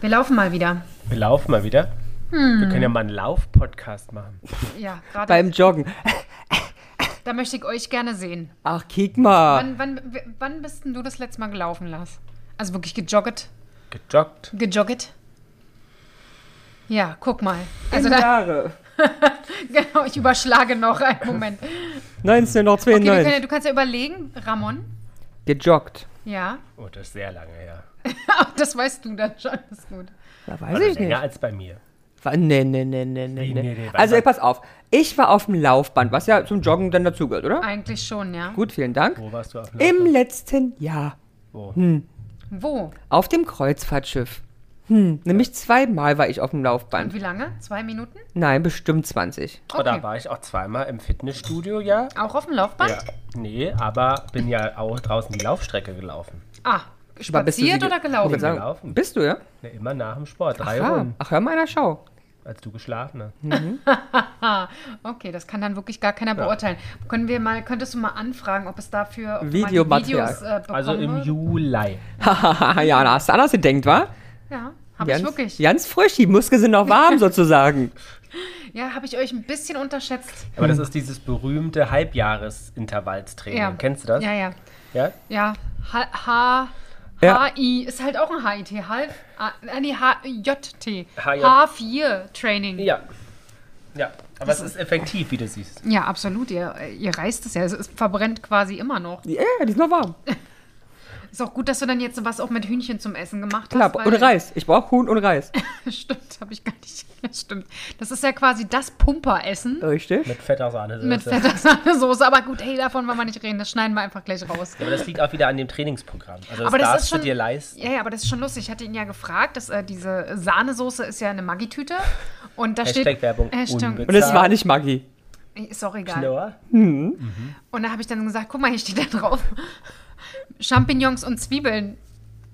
Wir laufen mal wieder. Wir laufen mal wieder. Hm. Wir können ja mal einen Lauf-Podcast machen. Ja, gerade. Beim Joggen. Da möchte ich euch gerne sehen. Ach, kick mal. Wann, wann, w- wann bist denn du das letzte Mal gelaufen, Lars? Also wirklich gejogget? Gejoggt. Gejogget? Ja, guck mal. Also Zehn da, Jahre. genau, ich überschlage noch einen Moment. 19 noch Okay, wir können, ja- 92. du kannst ja überlegen, Ramon. Gejoggt. Ja, Oh, das ist sehr lange her. das weißt du dann schon. Das ist gut. Da weiß Also ich länger nicht. als bei mir. Wa- Nee, nee, nee, nee, nee, Nee, nee, nee, nee. warte Also, mal. ey, pass auf. Ich war auf dem Laufband, was ja zum Joggen dann dazugehört, oder? Eigentlich schon, ja. Gut, vielen Dank. Wo warst du auf dem Im Laufband? letzten Jahr Wo? Wo? auf dem Kreuzfahrtschiff. Hm, nämlich zweimal war ich auf dem Und Laufband. wie lange? Zwei Minuten? Nein, bestimmt 20. Oh, da war ich auch zweimal im Fitnessstudio, ja. Auch auf dem Laufband? Ja. Nee, aber bin ja auch draußen die Laufstrecke gelaufen. Ah, Aber bist du spaziert sie- oder Ich gelaufen? würd sagen, Gelaufen. Bist du, ja? Ja, immer nach dem Sport. Drei Ja. Runden, Ach, hör mal einer Schau. als du geschlafen hast. Okay, das kann dann wirklich gar keiner beurteilen. Können wir mal, könntest du mal anfragen, ob es dafür ob man die Videomaterial. Videos äh, bekommen Also im wird? Juli. Hahaha, ja, da hast du anders gedenkt, wa? Ja, habe ich Ganz, wirklich. Ja, ganz frisch, die Muskeln sind noch warm sozusagen. habe ich euch ein bisschen unterschätzt. Aber das ist dieses berühmte Halbjahresintervallstraining. Ja. Kennst du das? Ja, ja. Ja? Ja, H, H, Ja. HI ist halt auch ein HIT, halb, ah, nee, HJT, HJ. H4-Training. Ja. Ja. Ja. Aber es ist effektiv, wie du siehst. absolut, ihr, ihr reißt es ja, es ist- verbrennt quasi immer noch. Ja, die ist noch warm. Ist auch gut, dass du dann jetzt was auch mit Hühnchen zum Essen gemacht hast. Klar, weil- und Reis. Ich brauche Huhn und Reis. Stimmt, habe ich gar nicht. Stimmt. Das ist ja quasi das Pumperessen. Richtig. Mit fetter Sahne. Mit fetter Sahnesoße, aber gut, hey, davon wollen wir nicht reden, das schneiden wir einfach gleich raus. Aber das liegt auch wieder an dem Trainingsprogramm. Also das, Aber das ist darfst schon- du dir leisten. Ja, ja, aber das ist schon lustig. Ich hatte ihn ja gefragt, dass äh, diese Sahnesoße ist ja eine Maggi-Tüte und da Hashtag steht... Werbung. Hashtag, Und es war nicht Maggi. ist auch egal. Noah? Und da habe ich dann gesagt, guck mal, hier steht da drauf, Champignons und Zwiebeln.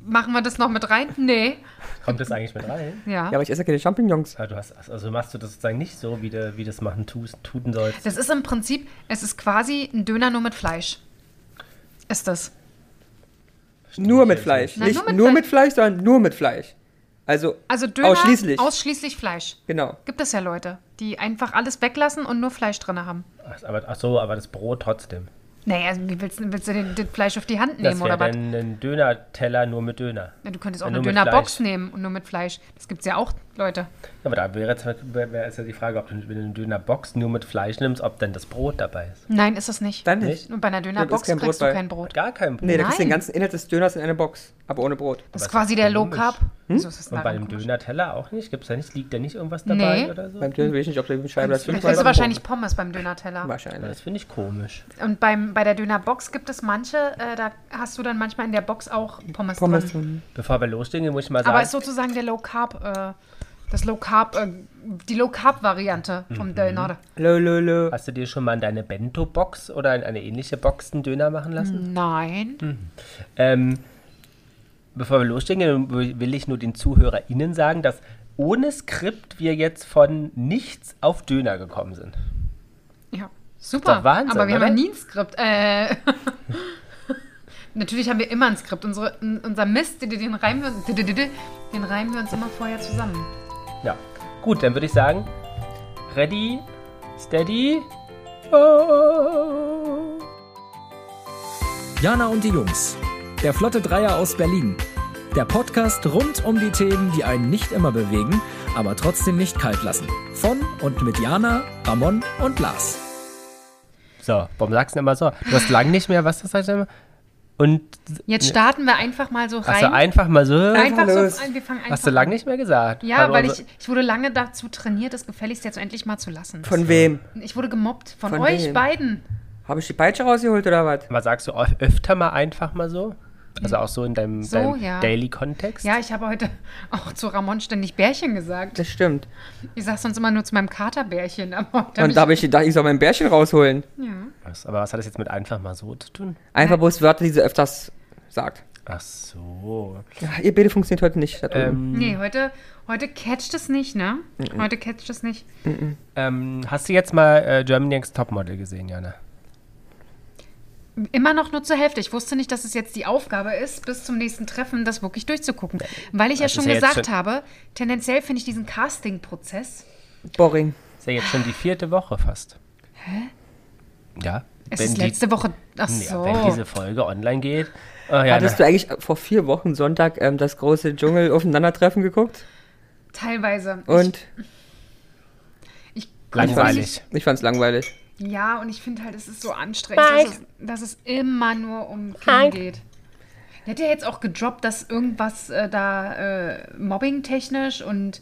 Machen wir das noch mit rein? Nee. Kommt das eigentlich mit rein? Ja. Ja, aber ich esse keine Champignons. Ah, Du hast, also machst du das sozusagen nicht so, wie du wie das machen tust, tun sollst. Das ist im Prinzip, es ist quasi ein Döner nur mit Fleisch. Ist das. Nur mit Fleisch. Na, Nicht nur nur mit mit, Fleisch. Fleisch, sondern nur mit Fleisch. Also, Also Döner Ausschließlich. ausschließlich Fleisch. genau. Gibt es ja Leute, die einfach alles weglassen und nur Fleisch drin haben. Ach, aber, ach so, aber das Brot trotzdem. Naja, also wie willst, du- willst du den, den Fleisch auf die Hand Das nehmen wäre oder was? dann ein Döner-Teller nur mit Döner. Na, du könntest auch Ja, eine nur mit Dönerbox Fleisch. nehmen und nur mit Fleisch. Das gibt's ja auch, Leute. Aber da wäre jetzt wäre wäre jetzt ja die Frage, ob du, wenn du eine Dönerbox nur mit Fleisch nimmst, ob dann das Brot dabei ist. Nein, ist das nicht. Dann nicht. und bei einer Dönerbox kein kriegst Brot du bei. kein Brot. Gar kein Brot. Nee, da kriegst du den Nein. ganzen Inhalt des Döners in eine Box, aber ohne Brot. Das Aber ist es quasi ist der Low komisch. Carb. Wieso ist das Und daran bei einem komisch? Döner-Teller auch nicht? Gibt's da nicht? Liegt da nicht irgendwas dabei Nee. oder so? Beim Döner will ich nicht, ob da Scheibe das Da fünfmal kriegst du drauf- wahrscheinlich Pommes beim Dönerteller. Wahrscheinlich. Das finde ich komisch. Und beim, bei der Dönerbox gibt es manche, äh, da hast du dann manchmal in der Box auch Pommes, Pommes drin. drin. Bevor wir loslegen, muss ich mal sagen. Aber ist sozusagen der Low Carb, äh, das Low Carb, äh, die Low Carb Variante vom Döner. Lö, lö, lö. Hast du dir schon mal in deine Bento-Box oder in eine ähnliche Box einen Döner machen Hm. lassen? Nein. Ähm, bevor wir loslegen, will ich nur den ZuhörerInnen sagen, dass ohne Skript wir jetzt von nichts auf Döner gekommen sind. Ja, super. doch Wahnsinn, aber wir oder? haben ja nie ein Skript. Äh, natürlich haben wir immer ein Skript. Unsere, un- unser Mist, den- den reimen, wir, den reimen wir uns immer vorher zusammen. Ja. Gut, dann würde ich sagen, ready, steady. Oh. Jana und die Jungs. Der Flotte Dreier aus Berlin. Der Podcast rund um die Themen, die einen nicht immer bewegen, aber trotzdem nicht kalt lassen. Von und mit Jana, Ramon und Lars. So, warum sagst du denn immer so? Du hast lang nicht mehr, was das heißt immer? Und Jetzt starten wir einfach mal so hast du rein. einfach mal so. einfach los. so, wir fangen einfach Hast du lang nicht mehr gesagt? Ja, weil unser- ich, ich wurde lange dazu trainiert, es gefälligst jetzt endlich mal zu lassen. Von wem? ich wurde gemobbt von, Von euch wem? beiden. Habe ich die Peitsche rausgeholt oder was? Aber sagst du öf- öfter mal einfach mal so? Also auch so in deinem, So, deinem ja. Daily-Kontext? Ja, ich habe heute auch zu Ramon ständig Bärchen gesagt. Das stimmt. Ich sag sonst immer nur zu meinem Katerbärchen. Aber heute hab Und da habe ich gedacht, ich soll mein Bärchen rausholen. Ja. Was, aber was hat das jetzt mit einfach mal so zu tun? Einfach bloß Wörter, die sie öfters sagt. Ach so. Ja, ihr Bede funktioniert heute nicht. Da Ähm, drüben. Nee, heute, heute catcht es nicht, ne? Heute catcht es nicht. Ähm, hast du jetzt mal äh, Germany Next Topmodel gesehen, Jana? Immer noch nur zur Hälfte. Ich wusste nicht, dass es jetzt die Aufgabe ist, bis zum nächsten Treffen das wirklich durchzugucken. Weil ich ja Das ist schon ja jetzt gesagt schon- habe, tendenziell finde ich diesen Casting-Prozess. Boring. Ist ja jetzt schon die vierte Woche fast. Hä? Ja. Es wenn ist die- letzte Woche. Ach Ja, so. wenn diese Folge online geht. Ah, ja, Hattest na, du eigentlich vor vier Wochen Sonntag ähm, das große Dschungel-Aufeinandertreffen geguckt? Teilweise. Und Ich, ich langweilig. ich fand's langweilig. Ja, und ich finde halt, es ist so anstrengend, dass es, dass es immer nur um Kim geht. Der hat ja jetzt auch gedroppt, dass irgendwas äh, da äh, mobbing-technisch und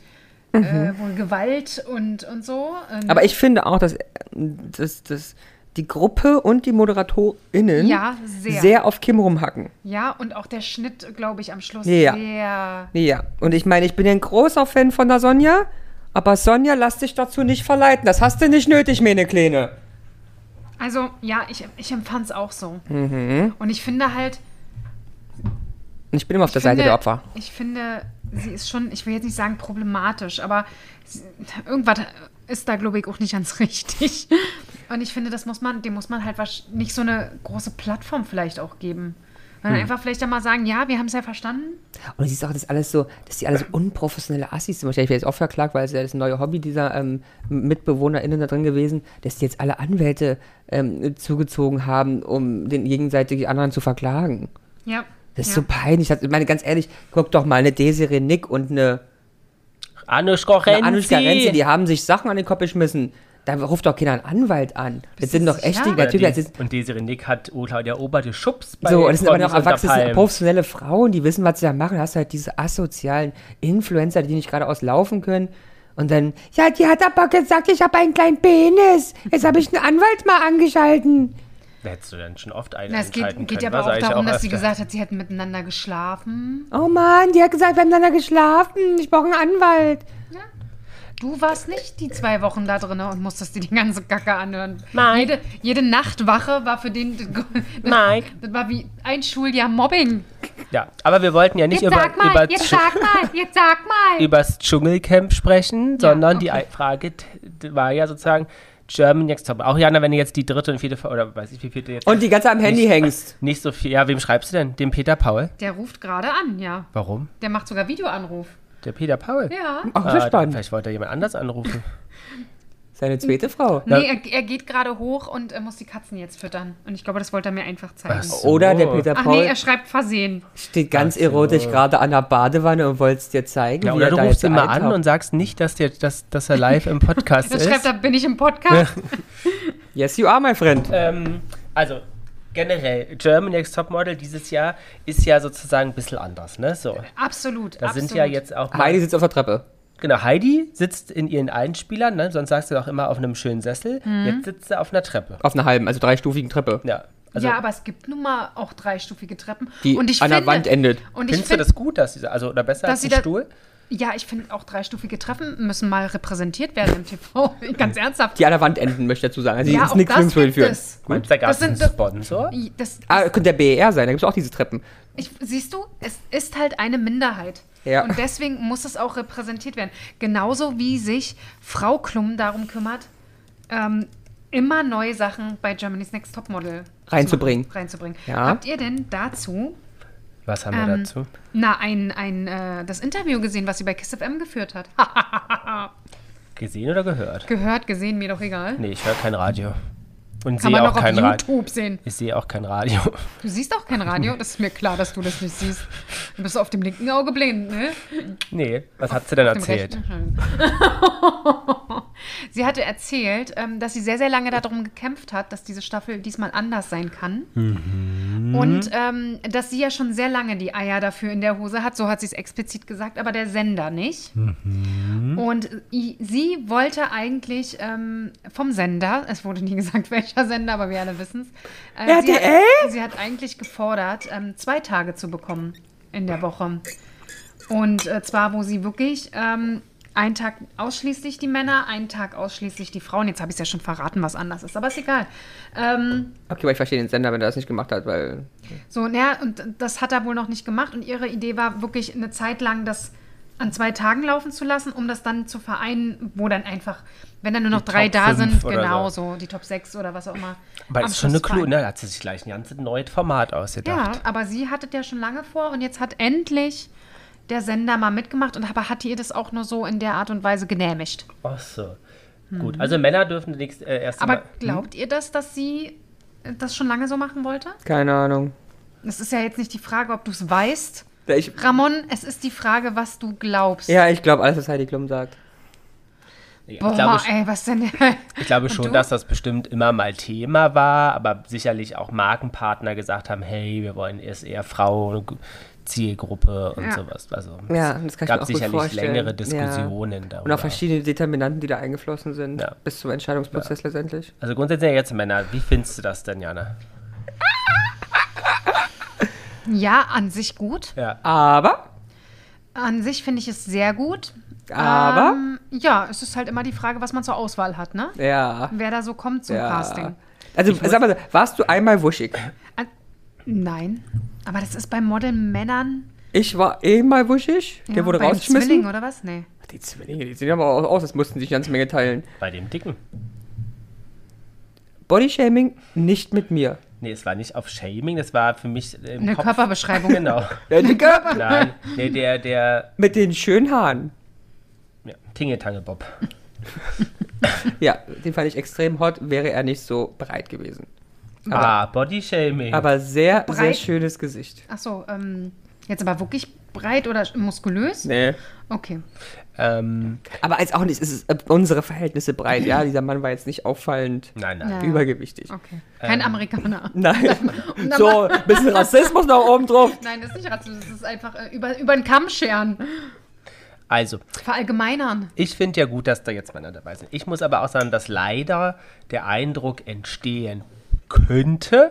äh, wohl Gewalt und, und so. ähm, Und Mhm. Aber ich finde auch, dass, dass, dass die Gruppe und die ModeratorInnen Ja, sehr. auf Kim rumhacken. ja, und auch der Schnitt, glaube ich, am Schluss Ja. sehr. Ja, und ich meine, ich bin ja ein großer Fan von der Sonja, aber Sonja, lass dich dazu nicht verleiten. Das hast du nicht nötig, meine Kleine. Also, ja, ich, ich empfand es auch so. Mhm. Und ich finde halt. Und ich bin immer auf der finde, Seite der Opfer. Ich finde, sie ist schon, ich will jetzt nicht sagen problematisch, aber sie, irgendwas ist da, glaube ich, auch nicht ganz richtig. Und ich finde, das muss man, dem muss man halt wasch- nicht so eine große Plattform vielleicht auch geben. Sondern Hm. einfach vielleicht dann mal sagen, ja, wir haben es ja verstanden. Und sie sagt, das ist alles so, dass die alle so unprofessionelle Assis sind. Wahrscheinlich wäre jetzt auch verklagt, weil es ja das neue Hobby dieser ähm, MitbewohnerInnen da drin gewesen, dass die jetzt alle Anwälte ähm, zugezogen haben, um den gegenseitig die anderen zu verklagen. Ja. Das ist ja. so peinlich. Das- Ich meine, ganz ehrlich, guck doch mal, eine Desiree Nick und eine, Anuschka eine Anushka Renzi, Renzi. die haben sich Sachen an den Kopf geschmissen. Da ruft doch keiner einen Anwalt an. Das Bist sind du doch echt die, sicher? Oder natürlich, das die- ist, Und Desiree Nick hat oh, Claudia Ober geschubst bei so, und das sind aber Promis noch unter erwachsene, Palmen. professionelle Frauen, die wissen, was sie da machen. Da hast du halt diese asozialen Influencer, die nicht geradeaus laufen können. Und dann, ja, die hat aber gesagt, ich habe einen kleinen Penis. Jetzt habe ich einen Anwalt mal angeschalten. Da hättest du dann schon oft einen Na, es einschalten geht, geht können, aber was auch sag ich darum, dass öfter. sie gesagt hat, sie hätten miteinander geschlafen. Oh Mann, die hat gesagt, wir haben miteinander geschlafen. Ich brauche einen Anwalt. Du warst nicht die zwei Wochen da drin und musstest dir die ganze Kacke anhören. Nein. Jede, jede Nachtwache war für den. Nein. Das war wie ein Schuljahr Mobbing. Ja, aber wir wollten ja nicht Jetzt über, sag mal, über, jetzt Dschung- sag mal, jetzt sag mal. übers Dschungelcamp sprechen, sondern die okay. Ei- Frage t- t- war ja sozusagen German Next Top. Auch Jana, wenn du jetzt die dritte und vierte Fo- oder weiß ich wie vierte jetzt Und die ganze am Handy nicht, hängst. Nicht so viel. Ja, wem schreibst du denn? Dem Peter Paul? Der ruft gerade an, ja. Warum? Der macht sogar Videoanruf. Der Peter Paul? Ja. Auch Ah, so spannend. vielleicht wollte er jemand anders anrufen. Seine zweite Frau. Nee, er, er geht gerade hoch und er muss die Katzen jetzt füttern. Und ich glaube, das wollte er mir einfach zeigen. Was? Oder der So. Peter Ach Paul nee, er schreibt versehen. steht ganz erotisch gerade an der Badewanne und wollte es dir zeigen. Ja, wie oder er du da rufst jetzt ihn mal an eintaucht. und sagst nicht, dass, der, dass, dass er live im Podcast Dann schreibt ist. er, bin ich im Podcast? Yes, you are my friend. Ähm, also, generell, German Next Top Model dieses Jahr ist ja sozusagen ein bisschen anders, ne? So, absolut, da absolut. sind ja jetzt auch mal- Heidi sitzt auf der Treppe. Genau, Heidi sitzt in ihren Einspielern, ne? sonst sagst du doch immer auf einem schönen Sessel. Mhm. Jetzt sitzt sie auf einer Treppe. Auf einer halben, also dreistufigen Treppe. Ja. Also, ja, aber es gibt nun mal auch dreistufige Treppen. Die und ich an der finde, Wand endet. Und ich findest du finde, das gut, dass sie, also, oder besser Dass als sie ein da- Stuhl? ja, ich finde auch dreistufige Treffen müssen mal repräsentiert werden im TV. Ganz ernsthaft. Die an der Wand enden, möchte ich dazu sagen. Also ja, ist nichts das gibt führen. es. Gut, da gab Das es einen sind doch- Sponsor. Das, Ah, könnte der BER sein, da gibt es auch diese Treppen. Ich, siehst du, es ist halt eine Minderheit. Ja. Und deswegen muss es auch repräsentiert werden. Genauso wie sich Frau Klum darum kümmert, ähm, immer neue Sachen bei Germany's Next Topmodel zu Reinzubringen. machen, reinzubringen. Ja. Habt ihr denn dazu, Was haben wir Ähm, dazu? na, ein, ein, äh, das Interview gesehen, was sie bei Kiss FM geführt hat? Ha, Gesehen oder gehört? gehört, gesehen, mir doch egal. Nee, ich höre kein Radio. Und Kann Hm. sehe man auch doch auf kein Radio. YouTube sehen. Ich sehe auch kein Radio. Du siehst auch kein Radio, das ist mir klar, dass du das nicht siehst. Du bist auf dem linken Auge blind, ne? Nee, was hat sie denn Dem erzählt? rechten. sie hatte erzählt, ähm, dass sie sehr, sehr lange darum gekämpft hat, dass diese Staffel diesmal anders sein kann. Und ähm, dass sie ja schon sehr lange die Eier dafür in der Hose hat, so hat sie es explizit gesagt, aber der Sender nicht. Und i- sie wollte eigentlich ähm, vom Sender, es wurde nie gesagt, welcher Sender, aber wir alle wissen es. Äh, sie, RTL? hat- sie hat eigentlich gefordert, ähm, zwei Tage zu bekommen in der Woche. Und äh, zwar, wo sie wirklich ähm, einen Tag ausschließlich die Männer, einen Tag ausschließlich die Frauen. Jetzt habe ich es ja schon verraten, was anders ist, aber ist egal. Ähm, Okay, aber ich verstehe den Sender, wenn er das nicht gemacht hat, weil. so, naja, und das hat er wohl noch nicht gemacht. Und ihre Idee war wirklich eine Zeit lang, das an zwei Tagen laufen zu lassen, um das dann zu vereinen, wo dann einfach, wenn dann nur noch Die drei Top da fünf sind, oder genau so, die Top 6 oder was auch immer. Aber am das ist schon eine Schluss Clue, vereinen. ne? Da hat sie sich gleich ein ganzes neues Format ausgedacht. Ja, aber sie hattet ja schon lange vor und jetzt hat endlich der Sender mal mitgemacht und aber hat ihr das auch nur so in der Art und Weise genehmigt. Ach so. Gut, also Männer dürfen nächst, äh, erst Mhm. Aber mal- hm? glaubt ihr das, dass sie äh, das schon lange so machen wollte? Keine Ahnung. Es ist ja jetzt nicht die Frage, ob du es weißt. Ich, Ramon, es ist die Frage, was du glaubst. ja, ich glaube alles, was Heidi Klum sagt. Nee, ich Boah, glaube, sch- ey, was denn? ich glaube Und schon, du? dass das bestimmt immer mal Thema war, aber sicherlich auch Markenpartner gesagt haben, hey, wir wollen erst eher Frau, Zielgruppe und Ja. sowas. Also Ja, das kann ich mir auch gab gut sicherlich vorstellen. längere Ja. Diskussionen darüber. Und auch verschiedene Determinanten, die da eingeflossen sind, Ja. bis zum Entscheidungsprozess letztendlich. Also grundsätzlich jetzt Männer, wie findest du das denn, Jana? ja, an sich gut. Ja. Aber, An sich finde ich es sehr gut. Aber? Ähm, ja, es ist halt immer die Frage, was man zur Auswahl hat, ne? ja. Wer da so kommt zum ja. Casting. Also, sag mal, warst du einmal wuschig? An Nein. Aber das ist bei Model-Männern. Ich war einmal wuschig, der ja, wurde bei dem Zwilling, rausgeschmissen. oder was? Nee. Die Zwillinge, die sehen aber auch aus, als mussten sich eine ganze Menge teilen. Bei dem Dicken. Bodyshaming nicht mit mir. Nee, es war nicht auf Shaming, das war für mich im Eine Kopf. Körperbeschreibung. Genau. Der Dicke Nein, nee, der, der, mit den schönen Haaren. ja, Tingetange Bob. Ja, den fand ich extrem hot, wäre er nicht so breit gewesen. Ah, Body Shaming. Aber sehr, sehr Breit? schönes Gesicht. Ach so, ähm, jetzt aber wirklich breit oder muskulös? Nee. Okay. Ähm, Aber als auch nicht, es ist äh, unsere Verhältnisse breit, ja. Dieser Mann war jetzt nicht auffallend nein, nein. Ja. übergewichtig. Okay. Kein Amerikaner. Nein. dann So, ein bisschen Rassismus noch oben drauf. Nein, das ist nicht rational. Das ist einfach äh, über, über den Kamm scheren. Also, Verallgemeinern. ich finde ja gut, dass da jetzt Männer dabei sind. Ich muss aber auch sagen, dass leider der Eindruck entstehen könnte,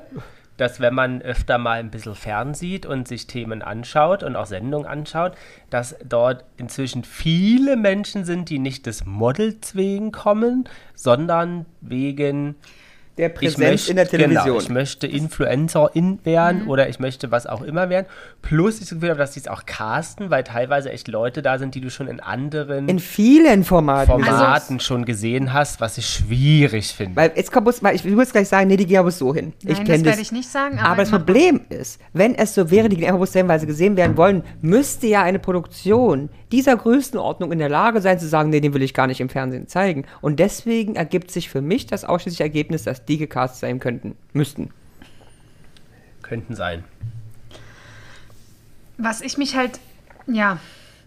dass wenn man öfter mal ein bisschen fernsieht und sich Themen anschaut und auch Sendungen anschaut, dass dort inzwischen viele Menschen sind, die nicht des Models wegen kommen, sondern wegen Der Präsenz in der Genau, Television. ich möchte Influencerin werden oder ich möchte was auch immer werden. Plus ich das Gefühl habe, dass die es auch casten, weil teilweise echt Leute da sind, die du schon in anderen in vielen Formaten. gesehen. Also- Formaten schon gesehen hast, was ich schwierig finde. weil jetzt kommt, muss- weil ich, ich muss gleich sagen, nee, die gehen ja bloß so hin. Nein, ich kenne das das. werde ich nicht sagen. Aber, aber das mach mal. Problem ist, wenn es so wäre, die gehen einfach bloß dahin, weil sie gesehen werden wollen, müsste ja eine Produktion dieser Größenordnung in der Lage sein zu sagen, nee, den will ich gar nicht im Fernsehen zeigen. Und deswegen ergibt sich für mich das ausschließliche Ergebnis, dass die gecastet sein könnten, müssten. Könnten sein. Was ich mich halt. Ja.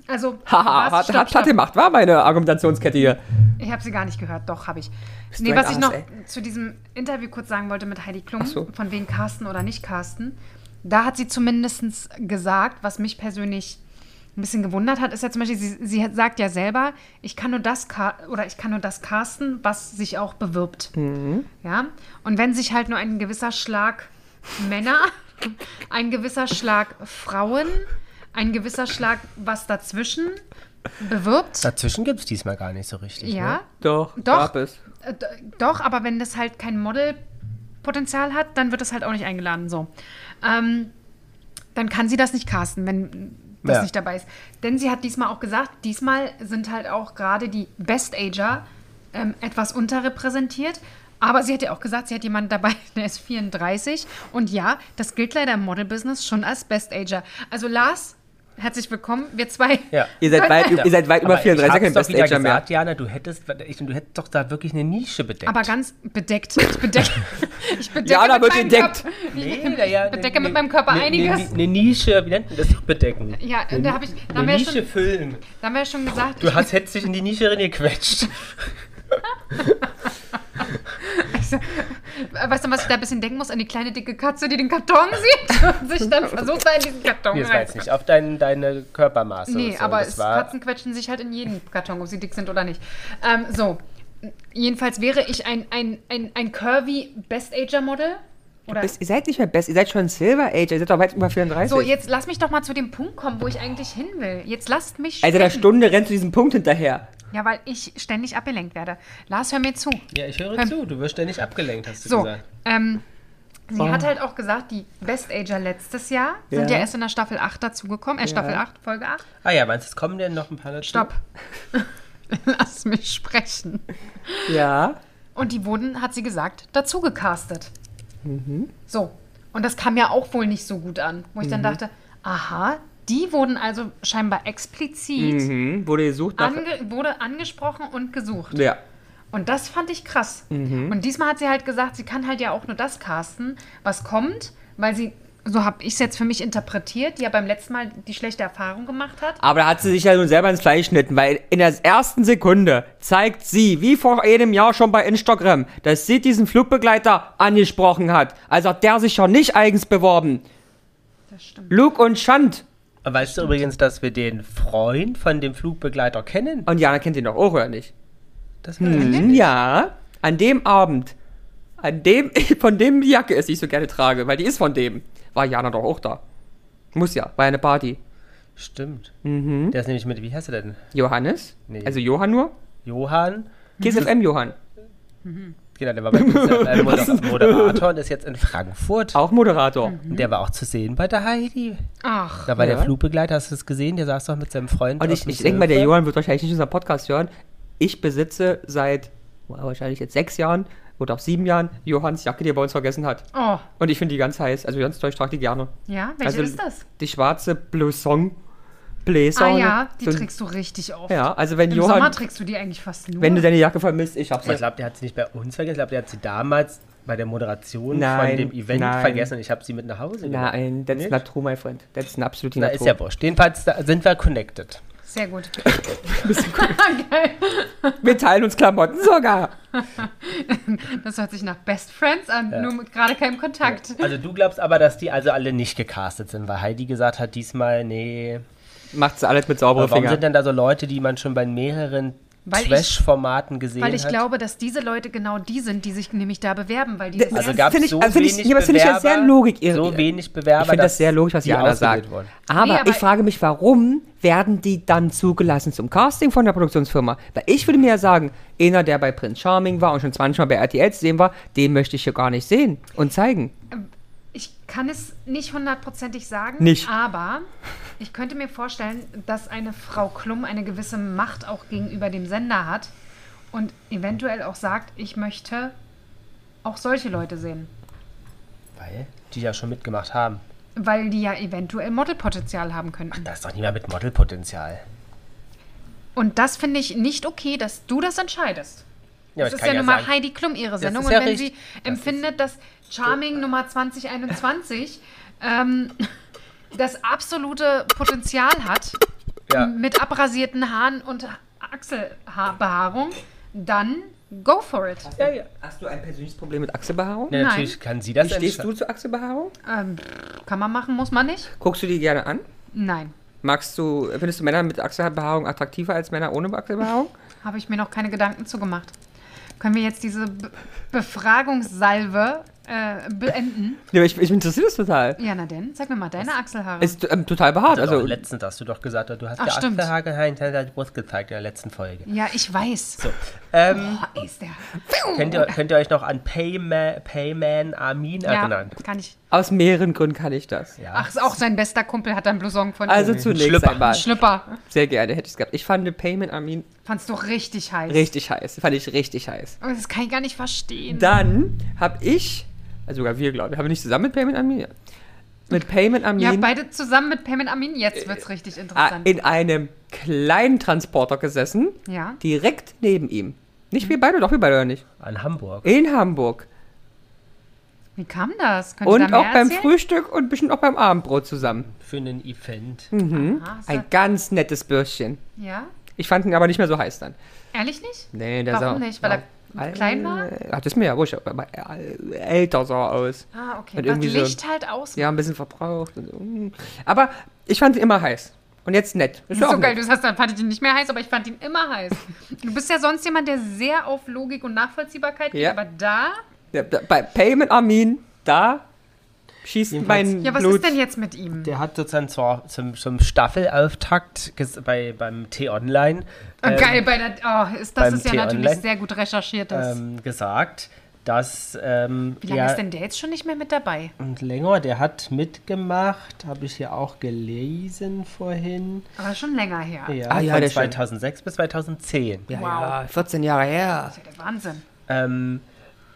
Also. Haha, was? hat, Stopp, hat, stopp. hat gemacht, war meine Argumentationskette hier. Ich habe sie gar nicht gehört, doch, habe ich. du nee, ein was ich Arsch, noch ey. zu diesem Interview kurz sagen wollte mit Heidi Klum, Ach so. von wem casten oder nicht casten, da hat sie zumindest gesagt, was mich persönlich ein bisschen gewundert hat, ist ja zum Beispiel, sie, sie hat- sagt ja selber, ich kann nur das ca- oder ich kann nur das casten, was sich auch bewirbt. Mhm. Ja. Und wenn sich halt nur ein gewisser Schlag Männer, ein gewisser Schlag Frauen, ein gewisser Schlag was dazwischen bewirbt. Dazwischen gibt es diesmal gar nicht so richtig. Ja, Ne? Doch, Doch. gab es. äh, d- Doch, aber wenn das halt kein Modelpotenzial hat, dann wird das halt auch nicht eingeladen. So. Ähm, dann kann sie das nicht casten, wenn das Ja. nicht dabei ist. Denn sie hat diesmal auch gesagt, diesmal sind halt auch gerade die Best-Ager ähm, etwas unterrepräsentiert. Aber sie hat ja auch gesagt, sie hat jemanden dabei, der ist 34. Und ja, das gilt leider im Model-Business schon als Best-Ager. Also Lars, herzlich willkommen. Wir zwei. Ja. Ihr seid weit, Ja. ihr seid weit über Aber 34, ich seid hab's kein doch Best wieder Ager mehr. gesagt, Jana, du hättest, ich, du hättest doch da wirklich eine Nische bedeckt. Aber ganz bedeckt. Ich bedecke, ich bedecke Jana wird meinem entdeckt. Körper- Nee, da ja, bedecke mit meinem Körper einiges. Eine Nische, wie nennt man das doch bedecken? Ja, und da habe ich, da haben, Eine wir ja Nische schon, füllen. da haben wir ja schon gesagt, Du hast, hättest dich in die Nische reingequetscht. ich, äh, weißt du, was ich da ein bisschen denken muss? An die kleine dicke Katze, die den Karton sieht und sich dann versucht, da in diesen Karton Nee, das war jetzt rein. nicht auf dein, deine Körpermaße. Nee, so. aber das es, war, Katzen quetschen sich halt in jeden Karton, ob sie dick sind oder nicht. Ähm, so, jedenfalls wäre ich ein, ein, ein, ein curvy Best-Ager-Model. Oder Bist- Ihr seid nicht mehr Best, ihr seid schon Silver Age, ihr seid doch weit über 34. so, jetzt lass mich doch mal zu dem Punkt kommen, wo ich eigentlich hin will. Jetzt lasst mich also der sprechen. Stunde rennt zu diesem Punkt hinterher. Ja, weil ich ständig abgelenkt werde. Lars, hör mir zu. ja, ich höre Ähm, zu. Du wirst ständig abgelenkt, hast du So, gesagt. ähm, Sie hat halt auch gesagt, die Best Ager letztes Jahr sind Ja. ja erst in der Staffel 8 dazugekommen. Äh, Staffel 8, Folge 8. Ah ja, meinst du, es kommen denn noch ein paar dazu? Stopp. Lass mich sprechen. Ja. Und die wurden, hat sie gesagt, dazu gecastet. So. Und das kam ja auch wohl nicht so gut an, wo ich dann dachte, aha, die wurden also scheinbar explizit Mhm. Wurde gesucht nach. ange wurde angesprochen und gesucht. ja. Und das fand ich krass. Mhm. Und diesmal hat sie halt gesagt, sie kann halt ja auch nur das casten, was kommt, weil sie, so habe ich es jetzt für mich interpretiert, die ja beim letzten Mal die schlechte Erfahrung gemacht hat. Aber da hat sie sich ja nun selber ins Fleisch geschnitten, weil in der ersten Sekunde zeigt sie, wie vor einem Jahr schon bei Instagram, dass sie diesen Flugbegleiter angesprochen hat. Also hat der sich schon nicht eigens beworben. Das stimmt. Luke und Schand. Weißt du übrigens, dass wir den Freund von dem Flugbegleiter kennen? Und Jana kennt ihn doch auch, oder nicht? Das weiß Mhm. ich Hm, nicht. ja. An dem Abend, an dem, von dem die Jacke ist, die ich so gerne trage, weil die ist von dem, war Jana doch auch da. Muss ja, war ja eine Party. Stimmt. Mhm. Der ist nämlich mit, wie heißt er denn? Johannes? Nee. Also Johann nur? Johann. KSFM Johann. Genau, der war bei äh, Moder Moderator und ist jetzt in Frankfurt. Auch Moderator. Mhm. Und der war auch zu sehen bei der Heidi. Ach, Da war Ja. der Flugbegleiter, hast du es gesehen? Der saß doch mit seinem Freund. Und auf ich, dem ich denke mal, der Sofa. Johann wird wahrscheinlich nicht unseren Podcast hören. Ich besitze seit wow, wahrscheinlich jetzt sechs Jahren oder auch sieben Jahren Johanns Jacke, die er bei uns vergessen hat. oh, Und ich finde die ganz heiß. Also ganz toll, ich trage die gerne. ja, welche also, ist das? Die schwarze Blouson. Bläser. ah ja, die so ein- trägst du richtig oft. Ja, also wenn Im Sommer Johann, trägst du die eigentlich fast nur. wenn du deine Jacke vermisst, ich hab's. Aber Ich glaube, der hat sie nicht bei uns vergessen. Ich glaube, der hat sie damals bei der Moderation Nein, von dem Event nein. vergessen. und Ich habe sie mit nach Hause genommen. Nein, that's Nicht? not true, my friend. That's an absolute Na, not ist true. ja wurscht. Jedenfalls da sind wir connected. Sehr gut. Wir teilen uns Klamotten sogar. Das hört sich nach Best Friends an, nur mit gerade keinem Kontakt. Also du glaubst aber, dass die also alle nicht gecastet sind, weil Heidi gesagt hat, diesmal, nee. Macht's alles mit sauberen Aber warum Fingern. sind denn da so Leute, die man schon bei mehreren Weil ich- Trash-Formaten gesehen Weil ich hat? glaube, dass diese Leute genau die sind, die sich nämlich da bewerben, weil die also Das gab es finde ich- so also finde ich- wenig ja, das finde ich ja Bewerber, sehr logik- äh, so wenig Bewerber, Ich finde das sehr logisch, was die Jana ausgewählt sagt. wurden. Aber, Nee, aber- ich frage mich, warum werden die dann zugelassen zum Casting von der Produktionsfirma? Weil ich würde mir ja sagen, einer, der bei Prince Charming war und schon 20 Mal bei RTL zu sehen war, den möchte ich hier gar nicht sehen und zeigen. Ich kann es nicht hundertprozentig sagen, Nicht. aber ich könnte mir vorstellen, dass eine Frau Klum eine gewisse Macht auch gegenüber dem Sender hat und eventuell auch sagt, ich möchte auch solche Leute sehen, Weil die ja schon mitgemacht haben. weil die ja eventuell Modelpotenzial haben könnten. Da ist doch niemand mit Modelpotenzial. Und das finde ich nicht okay, dass du das entscheidest. Ja, aber das ich ist kann ja, nun mal sagen- Heidi Klum ihre Sendung. ist Und äh. ja wenn richtig. sie empfindet, dass Charming Nummer 2021 ähm, das absolute Potenzial hat, Ja. mit abrasierten Haaren und Achselbehaarung, dann go for it. Ja, ja. Hast du ein persönliches Problem mit Achselbehaarung? Ja, natürlich Nein. kann sie das Wie stehst entscheiden. du zu Achselbehaarung? Ähm, kann man machen, muss man nicht? Guckst du die gerne an? Nein. Magst du, findest du Männer mit Achselbehaarung attraktiver als Männer ohne Achselbehaarung? Habe ich mir noch keine Gedanken zu gemacht. Können wir jetzt diese Be Befragungssalve äh, beenden? Nee, aber ich, ich interessiere das total. Ja, na denn, zeig mir mal deine Achselhaare. Ist ähm, total behaart. Also, Also, doch, letztens hast du doch gesagt, du hast Ach, der stimmt. Achselhaare hinter der Brust gezeigt in der letzten Folge. ja, ich weiß. So, ähm, Boah, ist der. könnt, ihr, könnt ihr euch noch an Payman, Payman Armin Ja, erinnern? kann ich. aus mehreren Gründen kann ich das. Ja. Ach, ist auch sein bester Kumpel hat einen Blouson von Also ihm. zunächst Schlüpper. einmal. Schlüpper. Sehr gerne hätte ich es gehabt. Ich fand Payment Armin Fandst du richtig heiß. richtig heiß. Fand ich richtig heiß. Aber Das kann ich gar nicht verstehen. Dann habe ich, also sogar wir, glaube ich, haben wir nicht zusammen mit Payment Armin? Ja. Mit Payment Armin ja, beide zusammen mit Pam und Amin. Jetzt wird's richtig a- interessant. in einem kleinen Transporter gesessen, ja. direkt neben ihm. Nicht wir beide, doch wir beide oder nicht? An Hamburg. In Hamburg. Wie kam das? Könnt ihr Und da auch mehr beim erzählen? Frühstück und bestimmt auch beim Abendbrot zusammen. Für einen Event. Ah, ist Ein ganz nettes Bürschchen. das- ja? Ich fand ihn aber nicht mehr so heiß dann. Ehrlich nicht? Nee, der Warum sah, Äh, nicht? Weil er klein war? Ach, das ist mir ja wurscht, aber äh, älter sah er aus. Ah, okay. Hat Was irgendwie so- Licht halt aus. Ja, ein bisschen verbraucht. Und so. mm. Aber ich fand ihn immer heiß. Und jetzt nett. Das ist auch so geil, nett. du sagst, dann fand ich ihn nicht mehr heiß, aber ich fand ihn immer heiß. Du bist ja sonst jemand, der sehr auf Logik und Nachvollziehbarkeit geht, Ja. aber da. Ja, da- Bei Payment Armin, da schießt mein Ja, was Blut. ist denn jetzt mit ihm? Der hat sozusagen zwar zum, zum Staffelauftakt ges- bei, beim T-Online ähm, ähm, Ah, Geil, bei der. Oh, ist, das beim ist ja T-Online. natürlich sehr gut recherchiert. Das. ähm, gesagt, dass ähm, Wie lange er- ist denn der jetzt schon nicht mehr mit dabei? und länger, der hat mitgemacht, habe ich hier auch gelesen vorhin. Aber schon länger her. Ja, Ah, ja, von der schon. 2006 bis 2010. Ja, Wow. ja, 14 Jahre her. Das ist ja der Wahnsinn. Ähm,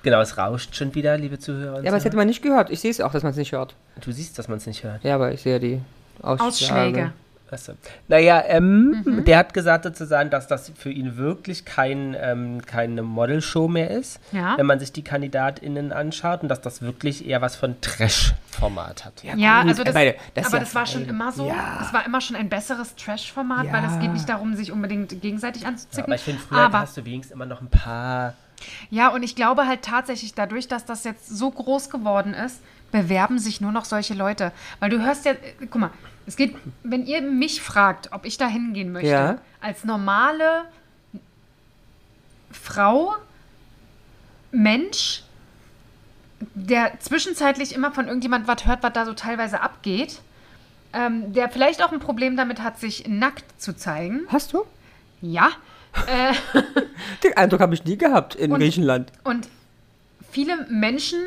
genau, es rauscht schon wieder, liebe Zuhörer. und Ja, aber das hätte man nicht gehört. Ich sehe es auch, dass man es nicht hört. Zuhörer. du siehst, dass man es nicht hört. Ja, aber ich sehe die Ausschläge. Ausschläge. Achso. Naja, ähm, Mhm. der hat gesagt sozusagen, dass das für ihn wirklich kein, ähm, keine Modelshow mehr ist, Ja. wenn man sich die KandidatInnen anschaut und dass das wirklich eher was von Trash-Format hat. Ja, gut, also das, aber das ist aber ja das war schon geil. immer so. Ja. Es war immer schon ein besseres Trash-Format, weil es Ja. geht nicht darum, sich unbedingt gegenseitig anzuzicken. Aber ich finde, früher Aber- hast du wenigstens immer noch ein paar. Ja, und ich glaube halt tatsächlich, dadurch, dass das jetzt so groß geworden ist, bewerben sich nur noch solche Leute. Weil du hörst ja, äh, guck mal, es geht, wenn ihr mich fragt, ob ich da hingehen möchte, Ja. als normale Frau, Mensch, der zwischenzeitlich immer von irgendjemand was hört, was da so teilweise abgeht, ähm, der vielleicht auch ein Problem damit hat, sich nackt zu zeigen. Hast du? Ja. Den Eindruck habe ich nie gehabt in Und- Griechenland. Und viele Menschen,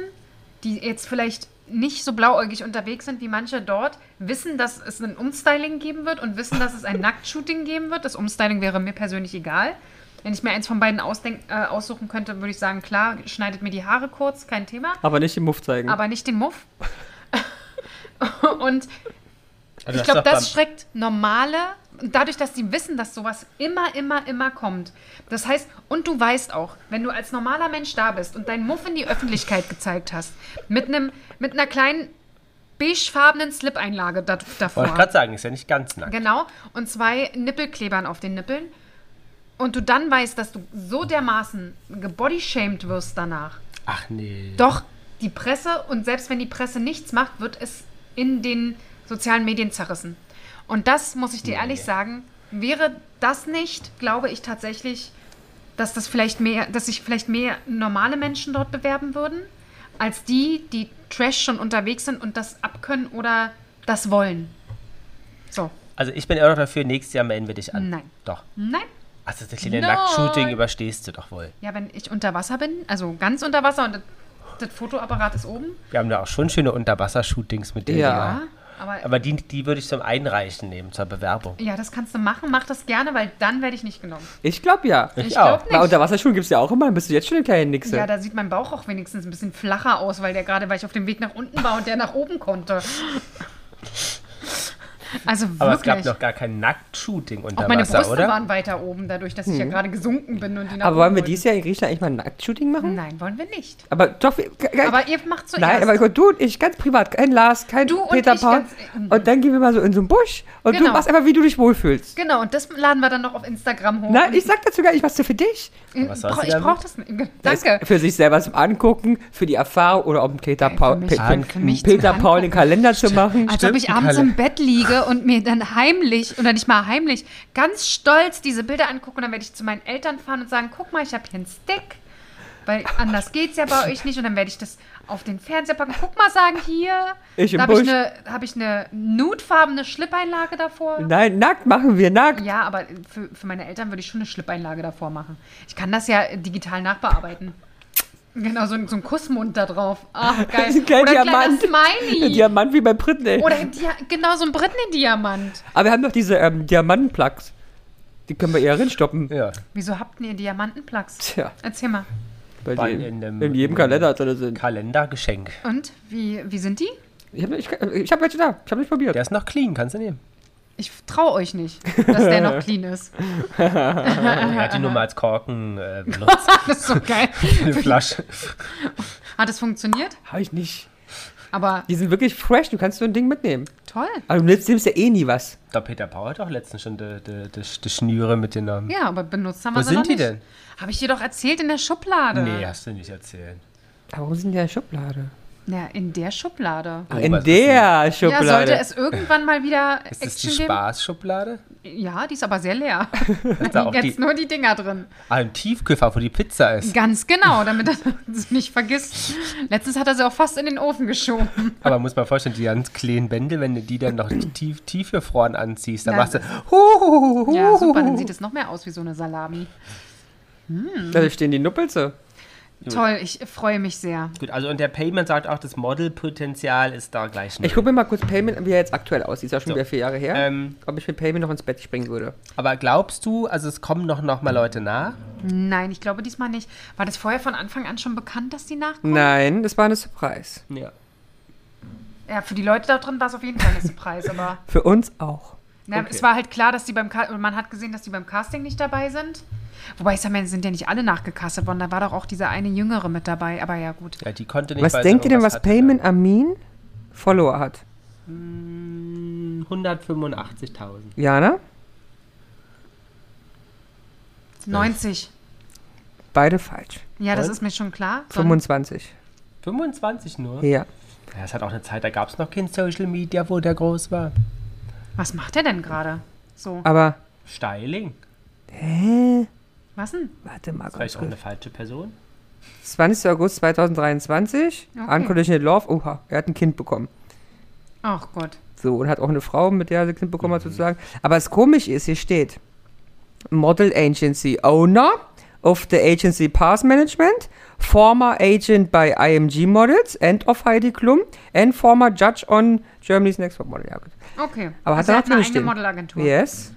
die jetzt vielleicht nicht so blauäugig unterwegs sind wie manche dort, wissen, dass es ein Umstyling geben wird und wissen, dass es ein Nacktshooting geben wird. Das Umstyling wäre mir persönlich egal. Wenn ich mir eins von beiden ausdenk äh, aussuchen könnte, würde ich sagen, klar, schneidet mir die Haare kurz, kein Thema, Aber nicht im Muff zeigen. aber nicht den Muff. und Also ich glaube, das schreckt normale, und dadurch, dass die wissen, dass sowas immer, immer, immer kommt. Das heißt, und du weißt auch, wenn du als normaler Mensch da bist und deinen Muff in die Öffentlichkeit gezeigt hast, mit einem, mit einer kleinen beigefarbenen Slip-Einlage da, Wollte davor. ich gerade sagen, ist ja nicht ganz nackt. Genau, und zwei Nippelklebern auf den Nippeln. Und du dann weißt, dass du so dermaßen gebodyshamed wirst danach. Ach nee. Doch, die Presse, und selbst wenn die Presse nichts macht, wird es in den sozialen Medien zerrissen. Und das, muss ich dir ehrlich sagen, wäre das nicht, glaube ich tatsächlich, dass das vielleicht mehr, dass sich vielleicht mehr normale Menschen dort bewerben würden, als die, die Trash schon unterwegs sind und das abkönnen oder das wollen. So, Also ich bin immer noch dafür, nächstes Jahr melden wir dich an. Nein. Doch. nein. Also das kleine Nein. Nacktshooting überstehst du doch wohl. Ja, wenn ich unter Wasser bin, also ganz unter Wasser und das, das Fotoapparat ist oben. Wir haben da auch schon schöne Unterwassershootings mit dir. Ja. gemacht. Ja, aber Aber die, die würde ich zum Einreichen nehmen, zur Bewerbung. Ja, das kannst du machen. Mach das gerne, weil dann werde ich nicht genommen. Ich glaube ja. Ich auch. glaube Na, nicht. unter Wasserschuhen gibt es ja auch immer. Bist du jetzt schon eine kleine Nixe? Ja, da sieht mein Bauch auch wenigstens ein bisschen flacher aus, weil der gerade, weil ich auf dem Weg nach unten war und der nach oben konnte. Also Aber wirklich. es gab noch gar kein Nacktshooting unter auch meine Wasser, Brüste oder? waren weiter oben, dadurch, dass ich ja gerade gesunken bin und die nach Mhm. aber wollen oben wir wollten. dieses Jahr in Griechenland eigentlich mal ein Nacktshooting machen? Nein, wollen wir nicht. Aber doch. wir- ge- ge- Aber ihr macht zuerst. Nein, aber gut, du und ich ganz privat, kein Lars, kein Du und Peter ich Paul. ganz- ähm, Und dann gehen wir mal so in so einen Busch und du Genau. machst einfach, wie du dich wohlfühlst. genau, und das laden wir dann noch auf Instagram hoch. Nein, Und- ich sag dazu gar nicht, was du für dich. Was sollst brauch, du ich damit? brauche das nicht. Das Danke. ist Für sich selber zum Angucken, für die Erfahrung oder um Peter Paul, mich- Pe Nein, Pe- Äh, für mich zum Peter Paul den Angucken. Also Kalender zu machen. Als ob ich abends Kalle. im Bett liege und mir dann heimlich, oder nicht mal heimlich, ganz stolz diese Bilder angucke und dann werde ich zu meinen Eltern fahren und sagen, guck mal, ich habe hier einen Stick. Weil anders geht's ja bei euch nicht. Und dann werde ich das auf den Fernseher packen. Guck mal, sagen hier. Ich im da habe ich Busch. eine, hab ich eine nudefarbene Schlippeinlage davor. Nein, nackt machen wir, nackt. Ja, aber für, für meine Eltern würde ich schon eine Schlippeinlage davor machen. Ich kann das ja digital nachbearbeiten. Genau, so ein, so ein Kussmund da drauf. Ach, geil. Ein kleiner Oder ein Diamant. kleiner Smiley. Ein Diamant wie bei Britney. Oder ein Dia genau so ein Britney-Diamant. Aber wir haben doch diese ähm, Diamantenplugs. Die können wir eher reinstoppen. Ja. Wieso habt ihr Diamantenplugs? Tja. Erzähl mal. Weil Bei- die in in, dem- jedem Kalender drin sind. Kalendergeschenk. Und wie, wie sind die? Ich habe ich, ich hab welche da. Ich habe nicht probiert. Der ist noch clean, kannst du nehmen. Ich traue euch nicht, dass der noch clean ist. Er hat die nur mal als Korken äh, benutzt. Das ist so geil. Eine Flasche. Hat es funktioniert? Habe ich nicht. Aber Die sind wirklich fresh. Du kannst so ein Ding mitnehmen. toll. Aber du nimmst, nimmst ja eh nie was. Der Peter Paul hat auch letztens schon die, die, die, die Schnüre mit den Namen. Ja, aber benutzt haben Wo wir sie sind noch die nicht. denn? Habe ich dir doch erzählt in der Schublade. Nee, hast du nicht erzählt. Aber warum sind die in der Schublade? Na, in der Schublade. Ach, Oh, Ah, in was ist der Schublade. Ja, sollte es irgendwann mal wieder Ist das die Action geben? Spaßschublade? Ja, die ist aber sehr leer. da Da auch sind jetzt die- nur die Dinger drin. Ah, ein Tiefkühlfach, wo die Pizza ist. Ganz genau, damit er es nicht vergisst. Letztens hat er sie auch fast in den Ofen geschoben. Aber muss man vorstellen, die ganz kleinen Bändel, wenn du die dann noch tief, tiefgefroren anziehst, dann Nein. machst du. Huhuhuhu. Ja, super, dann sieht es noch mehr aus wie so eine Salami. Da stehen die Nuppelze. Toll, ich freue mich sehr. Gut, also und der Payment sagt auch, das Modelpotenzial ist da gleich Ich nicht. gucke mir mal kurz Payment an, wie er jetzt aktuell aussieht. Ist ja schon So. wieder vier Jahre her. Ähm. Ob ich mit Payment noch ins Bett springen würde. Aber glaubst du, also es kommen noch, noch mal Leute nach? Nein, ich glaube diesmal nicht. War das vorher von Anfang an schon bekannt, dass die Oh. nachkommen? Nein, das war eine Surprise. Ja. Ja, für die Leute da drin war es auf jeden Fall ein Surprise, aber Für uns auch. na, es war halt klar, dass die beim Ca- und man hat gesehen, dass die beim Casting nicht dabei sind. Wobei ich sage, es sind ja nicht alle nachgecastet worden. Da war doch auch dieser eine Jüngere mit dabei. Aber ja gut. ja die konnte nicht, Was weil sie denkt ihr denn, irgendwas was hatte. Payment Amin Follower hat? Hm, 185.000. Jana? Äh. 90. Beide falsch. Ja, das Und? ist mir schon klar. Son- 25. 25 nur? Ja. Ja, es hat auch eine Zeit, da gab es noch kein Social Media, wo der groß war. Was macht er denn gerade? So, Aber, Styling. hä? was denn? Warte mal ganz Vielleicht auch eine kurz. falsche Person. 20. August 2023. Okay. Unconditional Love. Oha, er hat ein Kind bekommen. Ach Gott. So, und hat auch eine Frau, mit der er ein Kind bekommen hat, sozusagen. Aber das komisch ist, hier steht Model Agency Owner of the Agency Pass Management, former agent by IMG Models and of Heidi Klum and former judge on Germany's Next Top Model. Ja, gut. Okay. Aber hat Also er hat eine natürlich eigene stehen. Modelagentur. Yes.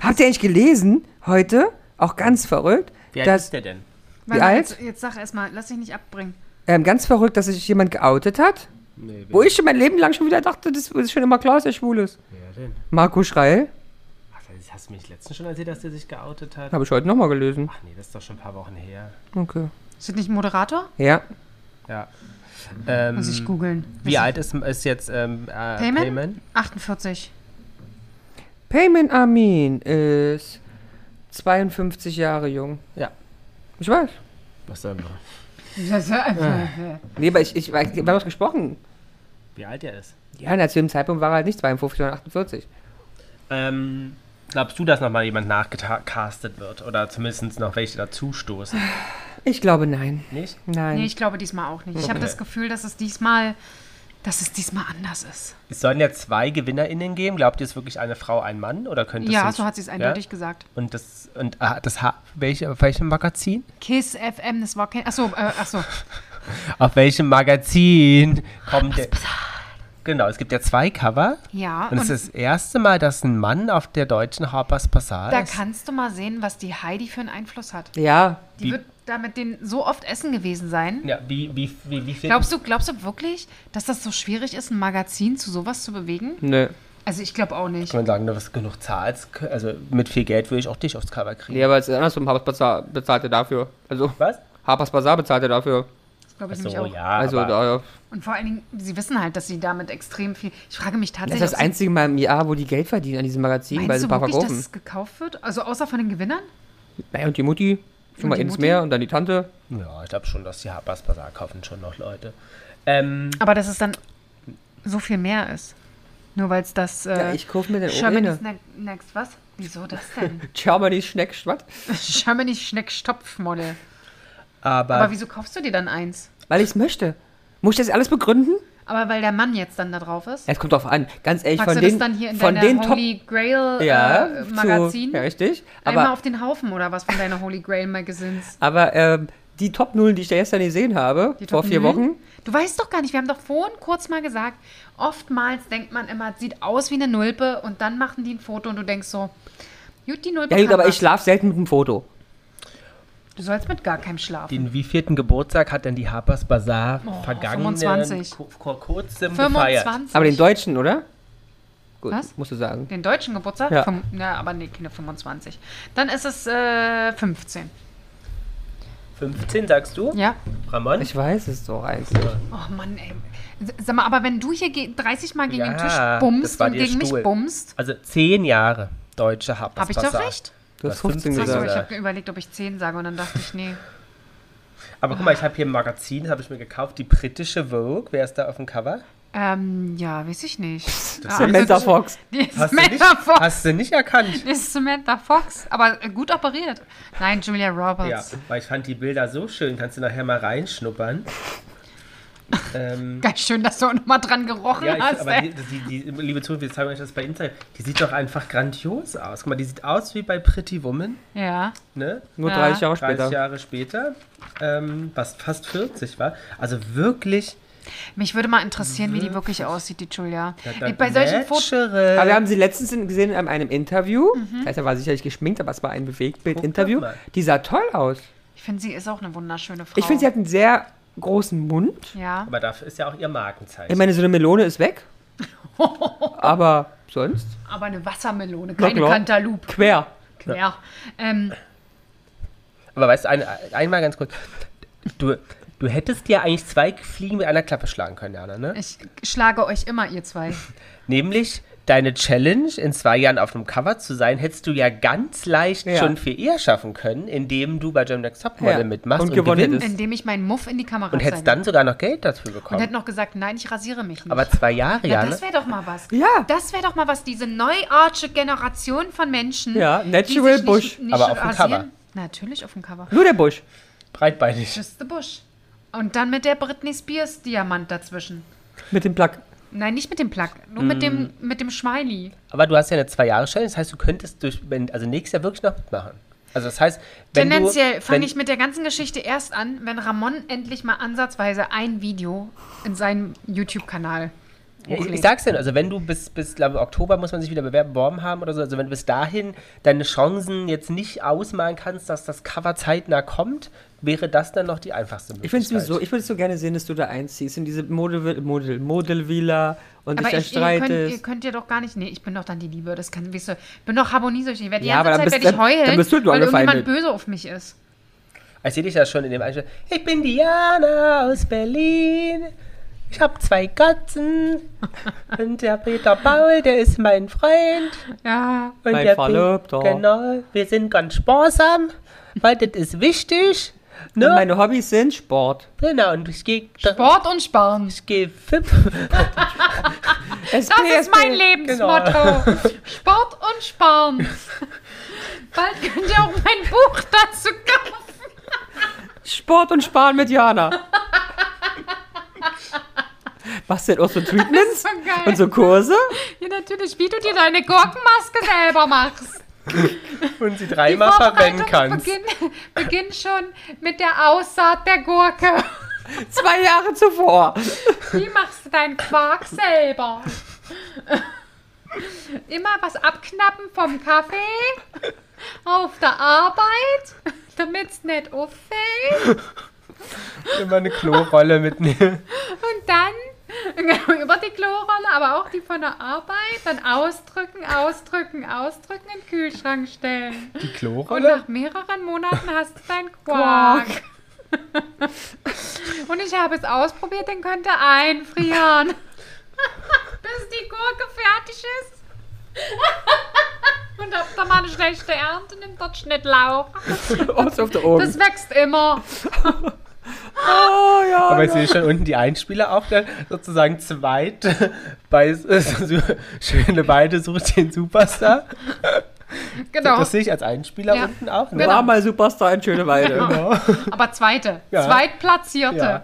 Habt ihr eigentlich gelesen heute, auch ganz verrückt, Wer dass, ist der denn? Warte, Wie alt? Jetzt, jetzt sag erstmal, lass dich nicht abbringen. ähm, ganz verrückt, dass sich jemand geoutet hat, Nee, wer wo ich schon mein Leben lang schon wieder dachte, das ist schon immer klar, dass er schwul ist. wer denn? Marco Schreil, Ach, das hast du mich letztens schon erzählt, dass der sich geoutet hat? habe ich heute nochmal gelesen. Ach nee, das ist doch schon ein paar Wochen her. Okay. Ist das nicht ein Moderator? Ja, Ja. Ähm, Muss ich googeln. wie alt ist, ist jetzt ähm, äh, Payment? Payment? 48. Payment Armin ist 52 Jahre jung. Ja. Ich weiß. Was soll man? Nee, aber ich, ich, weiß- wir haben es gesprochen. Wie alt er ist? Ja, na, zu dem Zeitpunkt war er halt nicht 52, sondern 48. Ähm, glaubst du, dass nochmal jemand nachgecastet wird? Oder zumindest noch welche dazustoßen? Ich glaube, nein. Nicht? Nein. Nee, ich glaube diesmal auch nicht. Ich habe Okay. das Gefühl, dass es diesmal, dass es diesmal anders ist. Es sollen ja zwei GewinnerInnen geben. Glaubt ihr, es ist wirklich eine Frau, ein Mann? Oder könnte ja, es so hat sie es eindeutig gesagt. Und das, und ah, das, ha- welche, auf welchem Magazin? Kiss FM, das war kein. Achso, äh, achso. Auf welchem Magazin kommt der? Genau, es gibt ja zwei Cover. Ja, Und es Ah, und- ist das erste Mal, dass ein Mann auf der deutschen Harper's Bazaar Da ist. kannst du mal sehen, was die Heidi für einen Einfluss hat. Ja, Die Wie- wird da mit denen so oft essen gewesen sein. ja, wie, wie, wie, wie viel? Glaubst du, glaubst du wirklich, dass das so schwierig ist, ein Magazin zu sowas zu bewegen? nö. Also ich glaube auch nicht. Kann man sagen, du hast genug zahlst, k- also mit viel Geld würde ich auch dich aufs Cover kriegen. Nee, aber es ist andersrum. Harpers Bazaar bezahlt er dafür. Also, Was? Harpers Bazaar bezahlt er dafür. Das glaube ich nämlich So, auch. ja. Also, aber, da, ja. Und vor allen Dingen, sie wissen halt, dass sie damit extrem viel. Ich frage mich Das tatsächlich. ist das ob sie- einzige Mal im Jahr, wo die Geld verdienen an diesem Magazin, weil Meinst sie ein du paar wirklich, dass verkaufen. es gekauft wird? Also außer von den Gewinnern? Naja, und die Mutti. Schon Und mal die ins Mutti? Meer und dann die Tante. ja, ich glaube schon, dass die Harper's Bazaar kaufen schon noch Leute. Ähm, Aber dass es dann so viel mehr ist. Nur weil es das. Äh, Ja, ich kauf mir den Germany's Ohne. ne Next, was? Wieso das denn? Germany Schneck, was? Germany's Schneck-Stopfmodel. aber, Aber wieso kaufst du dir dann eins? Weil ich es möchte. Muss ich das alles begründen? Aber weil der Mann jetzt dann da drauf ist? Ja, Es kommt drauf an. Ganz ehrlich, Packst von du den, das dann hier in von den deiner Top Holy Grail ja, äh, zu- Magazin? Ja, richtig. Einmal Aber, auf den Haufen oder was von deiner Holy Grail Magazins? aber ähm, die Top Nullen, die ich da gestern gesehen habe, Die vor Top vier Null? Wochen, Du weißt doch gar nicht, wir haben doch vorhin kurz mal gesagt, oftmals denkt man immer, es sieht aus wie eine Nulpe und dann machen die ein Foto und du denkst so, gut, die Nulpe ja gut, kann aber was. ich schlafe selten mit dem Foto. Du sollst mit gar keinem schlafen. den wievielten Geburtstag hat denn die Harper's Bazaar Oh, vergangenen 25. Ku- Vor kurzem gefeiert? 25. Aber den Deutschen, oder? Gut, Was? musst du sagen. Den deutschen Geburtstag? Ja. Fünf- na, aber nee, keine 25. Dann ist es äh, 15. 15 sagst du? Ja. Ramon? Ich weiß es doch eigentlich. Oh Mann, ey. S- Sag mal, aber wenn du hier ge- 30 Mal gegen den Ja, Tisch das bummst war und dir gegen Stuhl. mich bummst, Also zehn Jahre deutsche Harper's habe ich doch Bazaar. recht. Du hast hast 15 15 Achso, gesagt. ich habe Ja. überlegt, ob ich 10 sage und dann dachte ich, nee. Aber guck mal, ich habe hier ein Magazin, das habe ich mir gekauft, die britische Vogue. Wer ist da auf dem Cover? Ähm, ja, weiß ich nicht. also Das ist Samantha Fox. Die ist Hast du, nicht, Samantha Fox. hast du nicht erkannt? Die ist Samantha Fox, aber äh, gut operiert. Nein, Julia Ja, Roberts. weil ich fand die Bilder so schön. Kannst du nachher mal reinschnuppern? Ähm, Ganz schön, dass du auch nochmal dran gerochen ja, ich, hast. aber die, ey. die, die, liebe Zuhörer, wir zeigen euch das bei Instagram. Die sieht doch einfach grandios aus. Guck mal, die sieht aus wie bei Pretty Woman, ja. ne? Nur Ja. 30 Jahre 30 später. Jahre später, ähm, was fast 40 war. Also wirklich. Mich würde mal interessieren, Mhm. wie die wirklich aussieht, die Julia. da- Bei solchen Fotos. Matschere. Aber wir haben sie letztens in- gesehen in einem Interview. Mhm. Das heißt, er war sicherlich geschminkt, aber es war ein Bewegtbild-Interview. Guck mal. Die sah toll aus. Ich finde, sie ist auch eine wunderschöne Frau. Ich finde, sie hat einen sehr großen Mund. Ja. Aber dafür ist ja auch ihr Markenzeichen. Ich meine, so eine Melone ist weg. aber sonst Aber eine Wassermelone, keine klar. Cantaloupe. quer. Ja. Ähm, Aber weißt du, ein, einmal ganz kurz. Du, du hättest dir eigentlich zwei Fliegen mit einer Klappe schlagen können, Jana, ne? ich schlage euch immer, ihr zwei. Nämlich deine Challenge, in zwei Jahren auf dem Cover zu sein, hättest du ja ganz leicht Ja. schon viel eher schaffen können, indem du bei German Next Topmodel Ja. mitmachst und, Und gewonnen gewinnst. hättest. Indem ich meinen Muff in die Kamera Und hättest dann sogar noch Geld dafür Und bekommen. hätte noch gesagt, nein, ich rasiere mich nicht. Aber zwei Jahre, ne? Na, Jana. das wäre doch mal was. Ja. Das wäre doch mal was, diese neuartige Generation von Menschen. Ja, natural die sich Bush. Nicht, nicht Aber auf dem rasieren. Cover. Natürlich auf dem Cover. Nur der Busch. breitbeinig. Just the Bush. Und dann mit der Britney Spears Diamant dazwischen. Mit dem Plug. Nein, nicht mit dem Plug, nur mit Mm. dem mit dem Schmeili. Aber du hast ja eine zwei Jahre Challenge, das heißt, du könntest durch, wenn, also nächstes Jahr wirklich noch mitmachen. Also das heißt, wenn Tendenziell du, wenn, fange ich mit der ganzen Geschichte erst an, wenn Ramon endlich mal ansatzweise ein Video in seinem YouTube-Kanal Ja, Ich, hochlädt. ich sag's dir, also wenn du bis, bis glaub, ich, Oktober muss man sich wieder bewerben, beworben haben oder so, also wenn du bis dahin deine Chancen jetzt nicht ausmalen kannst, dass das Cover zeitnah kommt, wäre das dann noch die einfachste Ich Möglichkeit. finde sowieso, ich würde so gerne sehen, dass du da einziehst in diese Model, Model, Modelvilla und aber dich da ich, ihr, könnt, ihr streitest. könnt ja doch gar nicht. Nee, ich bin doch dann die Liebe. Das kann, weißt du, ich bin doch harmoniesüchtig. Ich werde die Ja, ganze aber dann Zeit bist- werde ich dann- dann heulen, bist du nur weil irgendjemand angefeindet. böse auf mich ist. Ich sehe dich ja schon in dem Einstieg. Ich bin Diana aus Berlin. Ich habe zwei Katzen. und der Peter Paul, der ist mein Freund. Ja. Und Mein der Verlobter. Pe- Genau, wir sind ganz sparsam, weil das ist wichtig. Ne? Und meine Hobbys sind Sport. genau, und ich gehe Sport und Sparen. ich gehe fip. Das ist mein Lebensmotto. Genau. Sport und Sparen. Bald könnt ihr auch mein Buch dazu kaufen. Sport und Sparen mit Jana. Machst du denn auch so Treatments Das ist so geil. und so Kurse? Ja, natürlich, wie du dir deine Gurkenmaske selber machst. und sie Die dreimal verwenden Vorbereitung kannst. Beginn, beginnt schon mit der Aussaat der Gurke. Zwei Jahre zuvor. Wie machst du deinen Quark selber? Immer was abknappen vom Kaffee auf der Arbeit, damit es nicht auffällt. Immer eine Klorolle mitnehmen. Und dann genau, über die Klorolle, aber auch die von der Arbeit, dann ausdrücken, ausdrücken, ausdrücken, in den Kühlschrank stellen. Die Und Klorolle? nach mehreren Monaten hast du dein Quark. Und ich habe es ausprobiert, den könnt ihr einfrieren. Bis die Gurke fertig ist. Und habt da mal eine schlechte Ernte, nimmt dort Schnittlauch. Aus auf der Ohren. Das wächst immer. Oh ja. Aber ich sehe schon unten die Einspieler auch dann sozusagen zweit bei Schöne Weide sucht den Superstar. Genau. Das sehe ich als Einspieler Ja. unten auch. Ne? Genau. War mal Superstar in Schöneweide. Aber zweite. Ja. Zweitplatzierte. Ja.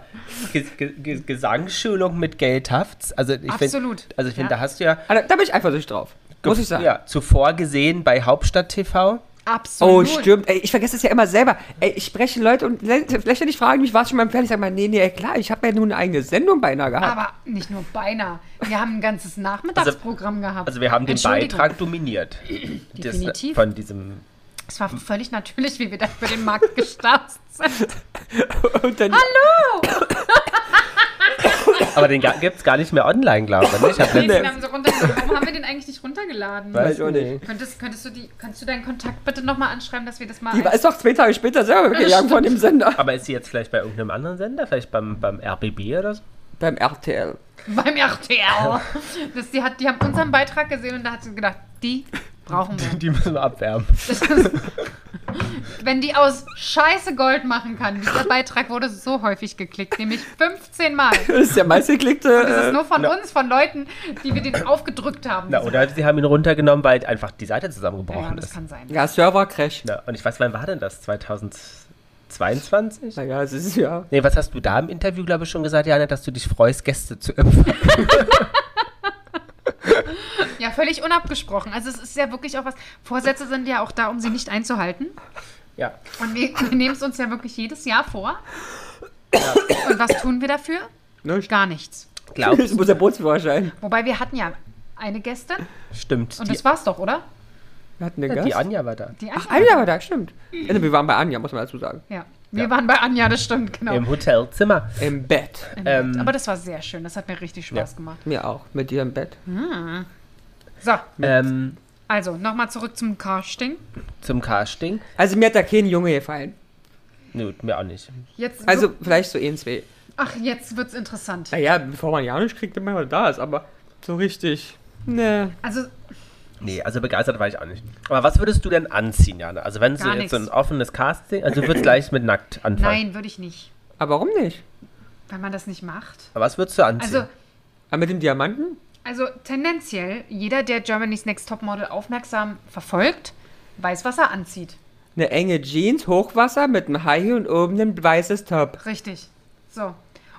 Ge- Ge- Ge- Gesangsschulung mit Gail Tafts. Also ich Absolut. Find, also ich finde, Ja. da hast du ja, Also, da bin ich eifersüchtig drauf. Muss ich sagen. ja zuvor gesehen bei Hauptstadt TV. Absolut. Oh, stimmt. Ey, ich vergesse es ja immer selber. Ey, ich spreche Leute und le- lächerlich fragen mich, warst du schon beim Fernsehen? Ich sag mal, nee, nee, ey, klar, ich habe ja nur eine eigene Sendung beinahe gehabt. Aber nicht nur beinahe. Wir haben ein Also- ganzes Nachmittagsprogramm gehabt. Also wir haben den Entschuldigung, Beitrag dominiert. Das- äh, Definitiv. Von diesem Es war völlig natürlich, wie wir da über den Markt gestartet sind. Und dann, Aber den gibt es gar nicht mehr online, glaube ich. ne? Ich hab Nee, letztens- den haben sie runtergeladen. Warum haben wir den eigentlich nicht runtergeladen? Weiß auch nicht. Könntest, könntest du die, kannst du deinen Kontakt bitte nochmal anschreiben, dass wir das mal. die war- ist doch zwei Tage später selber weggegangen von dem Sender. Aber ist sie jetzt vielleicht bei irgendeinem anderen Sender? Vielleicht beim, beim RBB oder so? Beim RTL. beim RTL. Das, die, hat, die haben unseren Beitrag gesehen und da hat sie gedacht, die brauchen wir. Die müssen wir abwärmen. Das ist, wenn die aus Scheiße Gold machen kann. Dieser Beitrag wurde so häufig geklickt, nämlich 15 Mal. Das ist der meistgeklickte. Das ist äh, nur von uns, von Leuten, die wir den aufgedrückt haben. Na, oh, oder sie haben ihn runtergenommen, weil einfach die Seite zusammengebrochen äh, ja, das ist. kann sein. Ja, Server-Crash. Na, und ich weiß, wann war denn das? 2002, 22? Naja, es ist ja. Nee, was hast du da im Interview, glaube ich, schon gesagt, Jana, dass du dich freust, Gäste zu empfangen? Ja, völlig unabgesprochen. Also es ist ja wirklich auch was. Vorsätze sind ja auch da, um sie nicht einzuhalten. ja. Und wir, wir nehmen es uns ja wirklich jedes Jahr vor. Und was tun wir dafür? Nichts. Gar nichts. Glaubst ne, muss der Bootsführerschein. Wobei wir hatten ja eine Gästin Stimmt. und die, das war's doch, oder? Wir hatten den die Gast. Anja war da. Die Ach, Anja. Anja war da, stimmt. Also, wir waren bei Anja, muss man dazu sagen. ja. Wir waren bei Anja, das stimmt, genau. Im Hotelzimmer. Im Bett. ähm, Aber das war sehr schön. Das hat mir richtig Spaß gemacht. Mir auch, mit dir im Bett. So, Ähm, also nochmal zurück zum Casting. zum Casting. Also, mir hat da kein Junge gefallen. Nö, mir auch nicht. Jetzt Also, so, vielleicht so ein, zwei. ach, jetzt wird's interessant. Naja, bevor man ja nicht kriegt, immer da ist, aber so richtig. Ne. Also Nee, also begeistert war ich auch nicht. Aber was würdest du denn anziehen, Jana? Also wenn du Gar jetzt so ein nichts. offenes Casting, also du würdest gleich mit nackt anfangen. nein, würde ich nicht, Aber warum nicht? weil man das nicht macht. Aber was würdest du anziehen? Also Aber mit dem Diamanten? Also tendenziell, jeder, der Germany's Next Topmodel aufmerksam verfolgt, weiß, was er anzieht. Eine enge Jeans, Hochwasser mit einem High Heel und oben ein weißes Top. Richtig. So.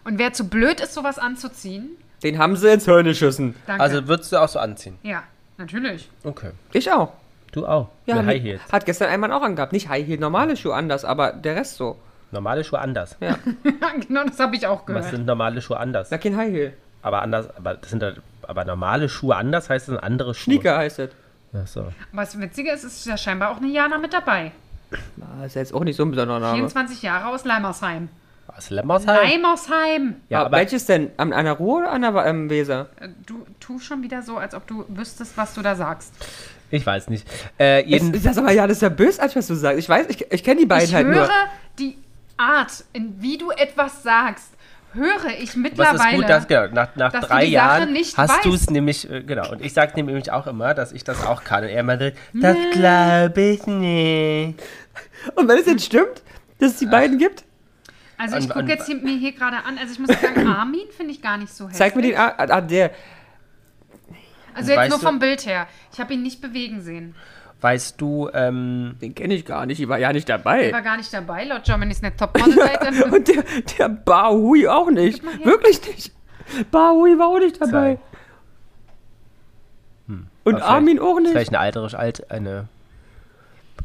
Und wer zu blöd ist, sowas anzuziehen, Den haben sie ins Hirn geschissen. danke. also würdest du auch so anziehen? ja, natürlich. Okay. Ich auch. Du auch. Ja, mit mit- High Heels. hat gestern ein Mann auch angehabt. Nicht High Heel, normale Schuhe anders, aber der Rest so. Normale Schuhe anders. genau, das habe ich auch Was gehört. sind normale Schuhe anders? Na, kein High Heel. Aber anders, aber das sind da- aber normale Schuhe anders heißt es sind andere Schuhe. Sneaker heißt das. Ach so. Was witziger ist, ist ja scheinbar auch eine Jana mit dabei. Na, Ah, ist ja jetzt auch nicht so ein besonderer Name. 24 Jahre aus Leimersheim. Aus Lemmersheim? Leimersheim! Ja, aber aber Ah, welches denn? An einer Ruhr oder an der ähm, Weser? Äh, Du tu schon wieder so, als ob du wüsstest, was du da sagst. ich weiß nicht. Äh, Ist, jeden, ist das aber ja, das ist ja bösartig, was du sagst. Ich weiß, ich, ich kenne die beiden ich halt höre nur. die Art, in wie du etwas sagst, höre ich was mittlerweile. ist gut, dass, genau, nach, nach dass du drei die Sache Jahren nicht hast weißt. du es nämlich, äh, genau. Und ich sage nämlich auch immer, dass ich das auch kann. Und er meinte, das glaube ich nicht. Und wenn es jetzt stimmt, dass es die beiden gibt, Also ich An- an- gucke jetzt hier, mir hier gerade an. Also ich muss sagen, Armin finde ich gar nicht so hässlich. zeig mir den. Ah, ah, der. Also jetzt Weißt nur du- vom Bild her. Ich habe ihn nicht bewegen sehen. Weißt du, ähm, Den kenne ich gar nicht, ich war ja nicht Er war dabei. gar nicht dabei, laut Germany's Net Topmodel-Seite. Und der, der Bahui auch nicht. mal her. Wirklich nicht. Bahui war auch nicht dabei. Zeig. Und Aber Armin auch nicht. vielleicht eine alterisch alt, eine.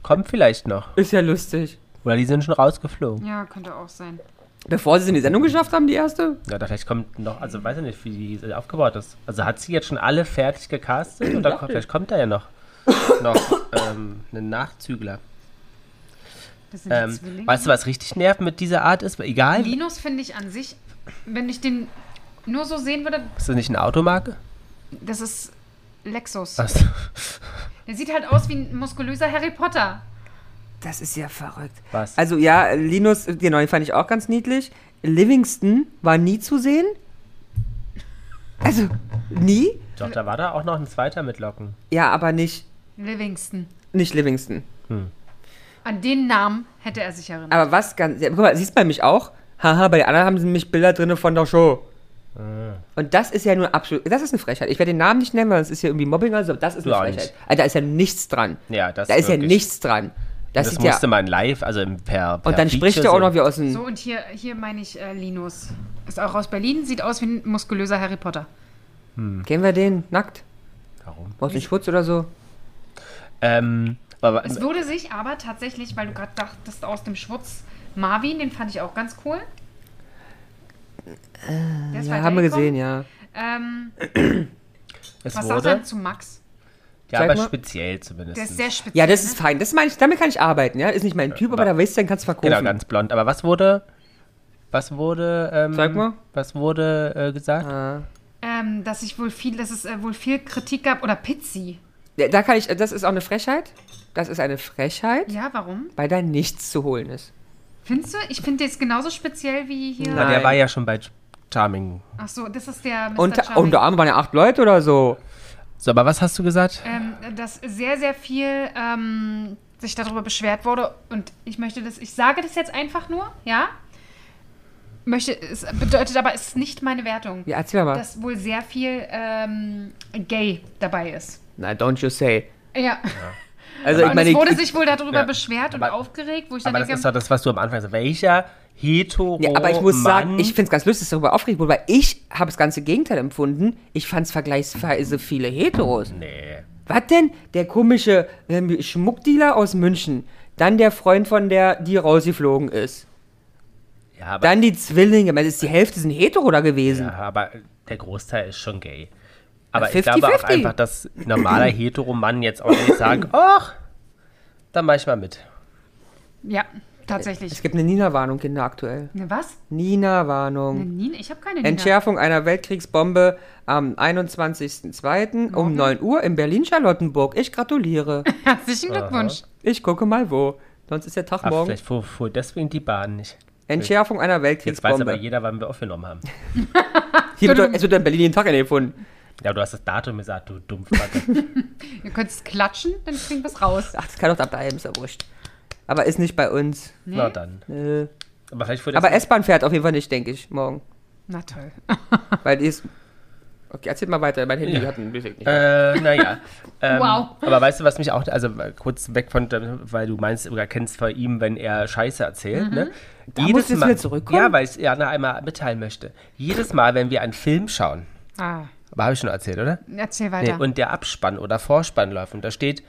Kommt vielleicht noch. Ist ja lustig. Oder die sind schon rausgeflogen. ja, könnte auch sein. Bevor sie es in die Sendung geschafft haben, die erste? Ja, da vielleicht kommt noch, also weiß ich nicht, wie die aufgebaut ist. Also hat sie jetzt schon alle fertig gecastet und dann kommt, vielleicht kommt da ja noch, noch ähm, ein Nachzügler. Das sind die Ähm, Zwillinge. weißt du, was richtig nervt mit dieser Art ist? Egal, Linus finde ich an sich, wenn ich den nur so sehen würde, ist das nicht eine Automarke? das ist Lexus. Was? Der sieht halt aus wie ein muskulöser Harry Potter. Das ist ja verrückt. was? Also ja, Linus, genau, den fand ich auch ganz niedlich. Livingston war nie zu sehen. Also, nie? Doch, da war da auch noch ein zweiter mit Locken. Ja, aber nicht, Livingston. nicht Livingston. An den Namen hätte er sich erinnert. Aber was ganz. Ja, guck mal, siehst du bei mich auch? Haha, bei den anderen haben sie nämlich Bilder drin von der Show. Äh. Und das ist ja nur absolut. Das ist eine Frechheit. Ich werde den Namen nicht nennen, weil das ist hier irgendwie Mobbing oder so. Das ist eine auch Frechheit. nicht. Also, da ist ja nichts dran. Ja, das da ist ja wirklich- nichts dran. Das, Das sieht ja. musste man live, also im per, per Und dann spricht er auch noch wie aus Ähm. dem. So, und hier, hier meine ich äh, Linus. Ist auch aus Berlin, sieht aus wie ein muskulöser Harry Potter. Kennen wir den? Nackt? Warum? Braucht den Schwutz oder so? Ähm, aber, Es wurde sich aber tatsächlich, weil du gerade dachtest, aus dem Schwurz Marvin, den fand ich auch ganz cool. Der ist Äh, Ja, haben wir gesehen, ja. Ähm, es was sagst du wurde, denn zu Max? ja, Sag aber mal. speziell zumindest. Der ist sehr speziell. Ja, das ist ne? fein. Das meine ich, damit kann ich arbeiten, ja. Ist nicht mein Typ, aber aber- da weißt du, dann kannst du verkaufen. Genau, ganz blond. Aber was wurde. Was wurde. Ähm, Sag mal. Was wurde äh, gesagt? Ah. ähm, dass ich wohl viel, dass es äh, wohl viel Kritik gab oder Pizzi. Ja, Da kann ich, das ist auch eine Frechheit. Das ist eine Frechheit, Ja, warum? weil da nichts zu holen ist. Findest du? Ich finde jetzt genauso speziell wie hier. Na, der Nein. war ja schon bei Charming. Ach so, das ist der Mr. Unter, Charming. unter anderem waren ja acht Leute oder so. So, aber was hast du gesagt? ähm, dass sehr, sehr viel ähm, sich darüber beschwert wurde. Und ich möchte das, ich sage das jetzt einfach nur, ja? Möchte, es bedeutet aber, es ist nicht meine Wertung, Ja, erzähl mal. dass wohl sehr viel ähm, gay dabei ist. Na, don't you say. Ja. Also ich und meine, es wurde ich, sich wohl darüber ja, beschwert und aber- aufgeregt, wo ich dann Aber das denke, ist doch das, was du am Anfang sagst. Welcher hetero ja, aber ich muss Oh Mann, sagen, ich finde es ganz lustig, dass darüber aufgeregt wurde, weil ich habe das ganze Gegenteil empfunden. Ich fand es vergleichsweise viele Heteros. Nee. Was denn? Der komische ähm, Schmuckdealer aus München. Dann der Freund von der, die rausgeflogen ist. Ja, aber, Dann die Zwillinge. Man, das ist die Hälfte sind hetero da gewesen. ja, aber der Großteil ist schon gay. Aber ich 50-50. glaube auch einfach, dass ein normaler hetero Mann jetzt auch nicht sagt, ach, dann mach ich mal mit. ja, Es tatsächlich. gibt eine Nina-Warnung, Kinder, aktuell. Ne, was? Nina-Warnung. Eine Nina? Ich habe keine Nina. Entschärfung einer Weltkriegsbombe am 21.02. um 9 Uhr in Berlin-Charlottenburg. Ich gratuliere. Herzlichen Glückwunsch. Ich gucke mal wo. Sonst ist der Tag Aber morgen. vielleicht fuhr, fuhr deswegen die Bahn nicht. Entschärfung Jetzt einer weiß aber Weltkriegsbombe. jeder, wann wir aufgenommen haben. Hier wird, doch- es wird doch in Berlin jeden Tag gefunden. Ja, du hast das Datum gesagt, du Dumpfbacke. Ihr könnt es klatschen, dann kriegen wir es raus. Ach, das kann doch da bleiben, ist ja wurscht. Aber ist nicht bei uns. Na dann. Äh, Aber vielleicht fuhr aber deswegen- S-Bahn fährt auf jeden Fall nicht, denke ich, morgen. Na toll. Weil die ist. Okay, erzähl mal weiter. Mein Handy hat einen Beweg nicht. Äh, naja. ähm, Wow. Aber weißt du, was mich auch, also äh, kurz weg von, dem- weil du meinst oder kennst von ihm, wenn er Scheiße erzählt, ne? Da Mhm. musst du jetzt wieder zurückkommen? Ja, weil ich es Jana einmal mitteilen möchte. Jedes Mal, wenn wir einen Film schauen, Ah, aber habe ich schon erzählt, oder? erzähl Nee, weiter. und der Abspann oder Vorspann läuft und da steht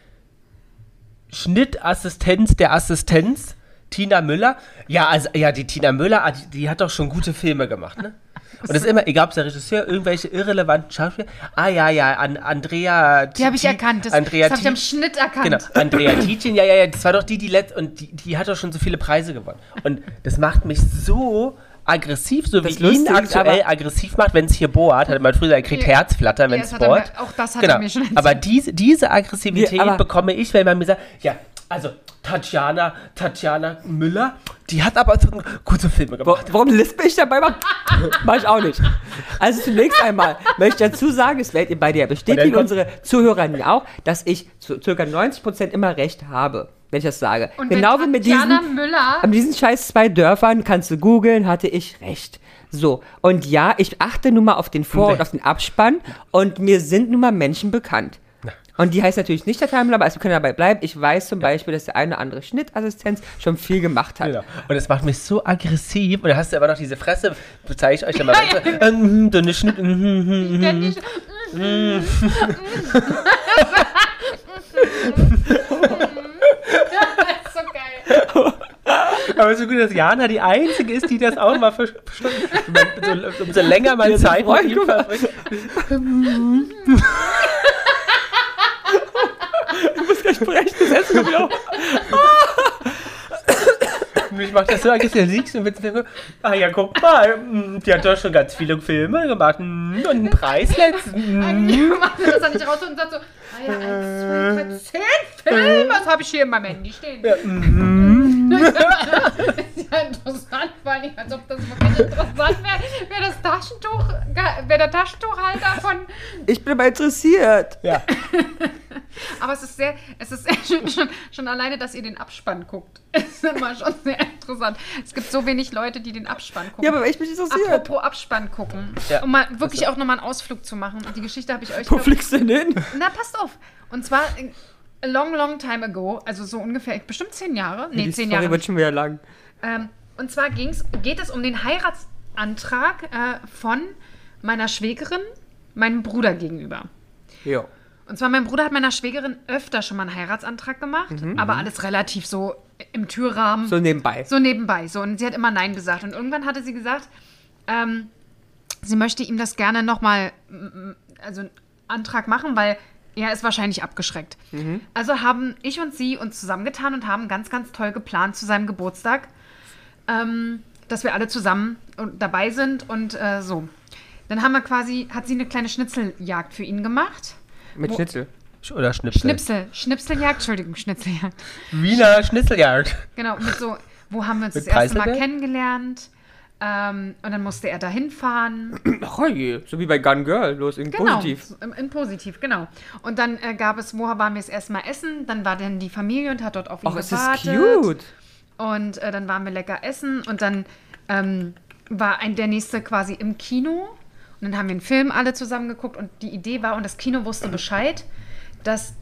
Schnittassistenz der Assistenz, Tina Müller. Ja, also, ja, die Tina Müller, ah, die, die hat doch schon gute Filme gemacht, ne? Und das ist immer, egal ob es der Regisseur, irgendwelche irrelevanten Schauspieler. Ah ja, ja, an, Andrea. die habe ich Titi- erkannt. Das, Andrea das habe ich am Titi- Schnitt erkannt. Genau, Andrea Tietjen, ja, ja, ja, das war doch die, die letzt und die, die hat doch schon so viele Preise gewonnen. Und das macht mich so aggressiv, so Das wie ihn Lustige ist aktuell aber- aggressiv macht, wenn es hier bohrt, hat man früher gesagt, kriegt Herzflattern, wenn Ja, es das hat er bohrt. Genau. mir- auch das hat er mir schon erzählt. Aber diese, diese Aggressivität Ja, aber- bekomme ich, wenn man mir sagt, ja, also Tatjana, Tatjana Müller, die hat aber so gute Filme Wa- gemacht. Warum lispel ich dabei? Mach, mach ich auch nicht. Also zunächst einmal möchte ich dazu sagen, es werdet ihr bei dir Und dann bestätigen, kommt- unsere Zuhörerinnen auch, dass ich zu ca. 90% immer recht habe, wenn ich das sage. Und genau wie wenn mit Tatjana diesen, Müller an diesen scheiß zwei Dörfern, kannst du googeln, hatte ich recht. So, und ja, ich achte nun mal auf den Vor- und auf den Abspann und mir sind nun mal Menschen bekannt. Und die heißt natürlich nicht der Timeline, aber also wir können dabei bleiben. Ich weiß zum Beispiel, dass der eine oder andere Schnittassistenz schon viel gemacht hat. Genau. Und das macht mich so aggressiv. Und da hast du aber noch diese Fresse, zeige ich euch ja mal. Ähm, Ja, Dünne Schnitt, mhm. kenn ich. das ist so geil. Aber so gut, dass Jana die Einzige ist, die das auch mal verstanden so, Umso länger man Zeit mit Freund, ihm guck mal. verbringt. Gerechtes Essen Mich macht das so aggressiv. Da liegst du und willst mir so, ah ja, guck mal, mm, die hat doch schon ganz viele Filme gemacht mm, und einen Preis letzten. Eigentlich macht er das dann nicht raus und sagt so, ah ja, eins, zwei, drei, zehn Filme, was habe ich hier in meinem Handy stehen? Ja, das ist ja interessant, vor allem, als ob das wirklich interessant wäre. Wäre das Taschentuch, wäre der Taschentuchhalter von, Ich bin mal interessiert. Ja. Aber es ist sehr, es ist sehr schön, schon, schon alleine, dass ihr den Abspann guckt. Ist immer schon sehr interessant. Es gibt so wenig Leute, die den Abspann gucken. Ja, aber ich bin interessiert. Apropos Abspann gucken, Ja. um mal wirklich auch nochmal einen Ausflug zu machen. Und die Geschichte habe ich euch. Wo fliegst du denn hin? Na, passt auf. Und zwar äh, a long, long time ago, also so ungefähr, bestimmt zehn Jahre. Nee, Die zehn Story Jahre. wird schon wieder lang. Ähm, und zwar ging's, geht es um den Heiratsantrag äh, von meiner Schwägerin, meinem Bruder gegenüber. Ja. Und zwar, mein Bruder hat meiner Schwägerin öfter schon mal einen Heiratsantrag gemacht, aber alles relativ so im Türrahmen, Mhm. So so, nebenbei. nebenbei. So. Und sie hat immer Nein gesagt. Und irgendwann hatte sie gesagt, ähm, sie möchte ihm das gerne nochmal, also einen Antrag machen, weil er ist wahrscheinlich abgeschreckt. Also haben ich und sie uns zusammengetan und haben ganz, ganz toll geplant zu seinem Geburtstag, ähm, dass wir alle zusammen und- dabei sind und äh, so. Dann haben wir quasi, hat sie eine kleine Schnitzeljagd für ihn gemacht. Mit Schnitzel. Oder Schnipsel. Schnipsel, Schnipseljagd, Entschuldigung, Schnitzeljagd. Wiener Schnitzeljagd. Genau, mit so, wo haben wir uns Mit das erste Mal Preiselbeeren? kennengelernt? Ähm, und dann musste er dahin fahren. Ach je, so wie bei Gun Girl. Los, irgendwie Genau, positiv. so Im, im Positiv, genau. Und dann äh, gab es, wo waren wir das erste Mal essen? Dann war dann die Familie und hat dort auf ihn Ach, es ist gewartet. cute. Und äh, dann waren wir lecker essen und dann ähm, war ein, der nächste quasi im Kino. Und dann haben wir einen Film alle zusammen geguckt und die Idee war, und das Kino wusste Bescheid, dass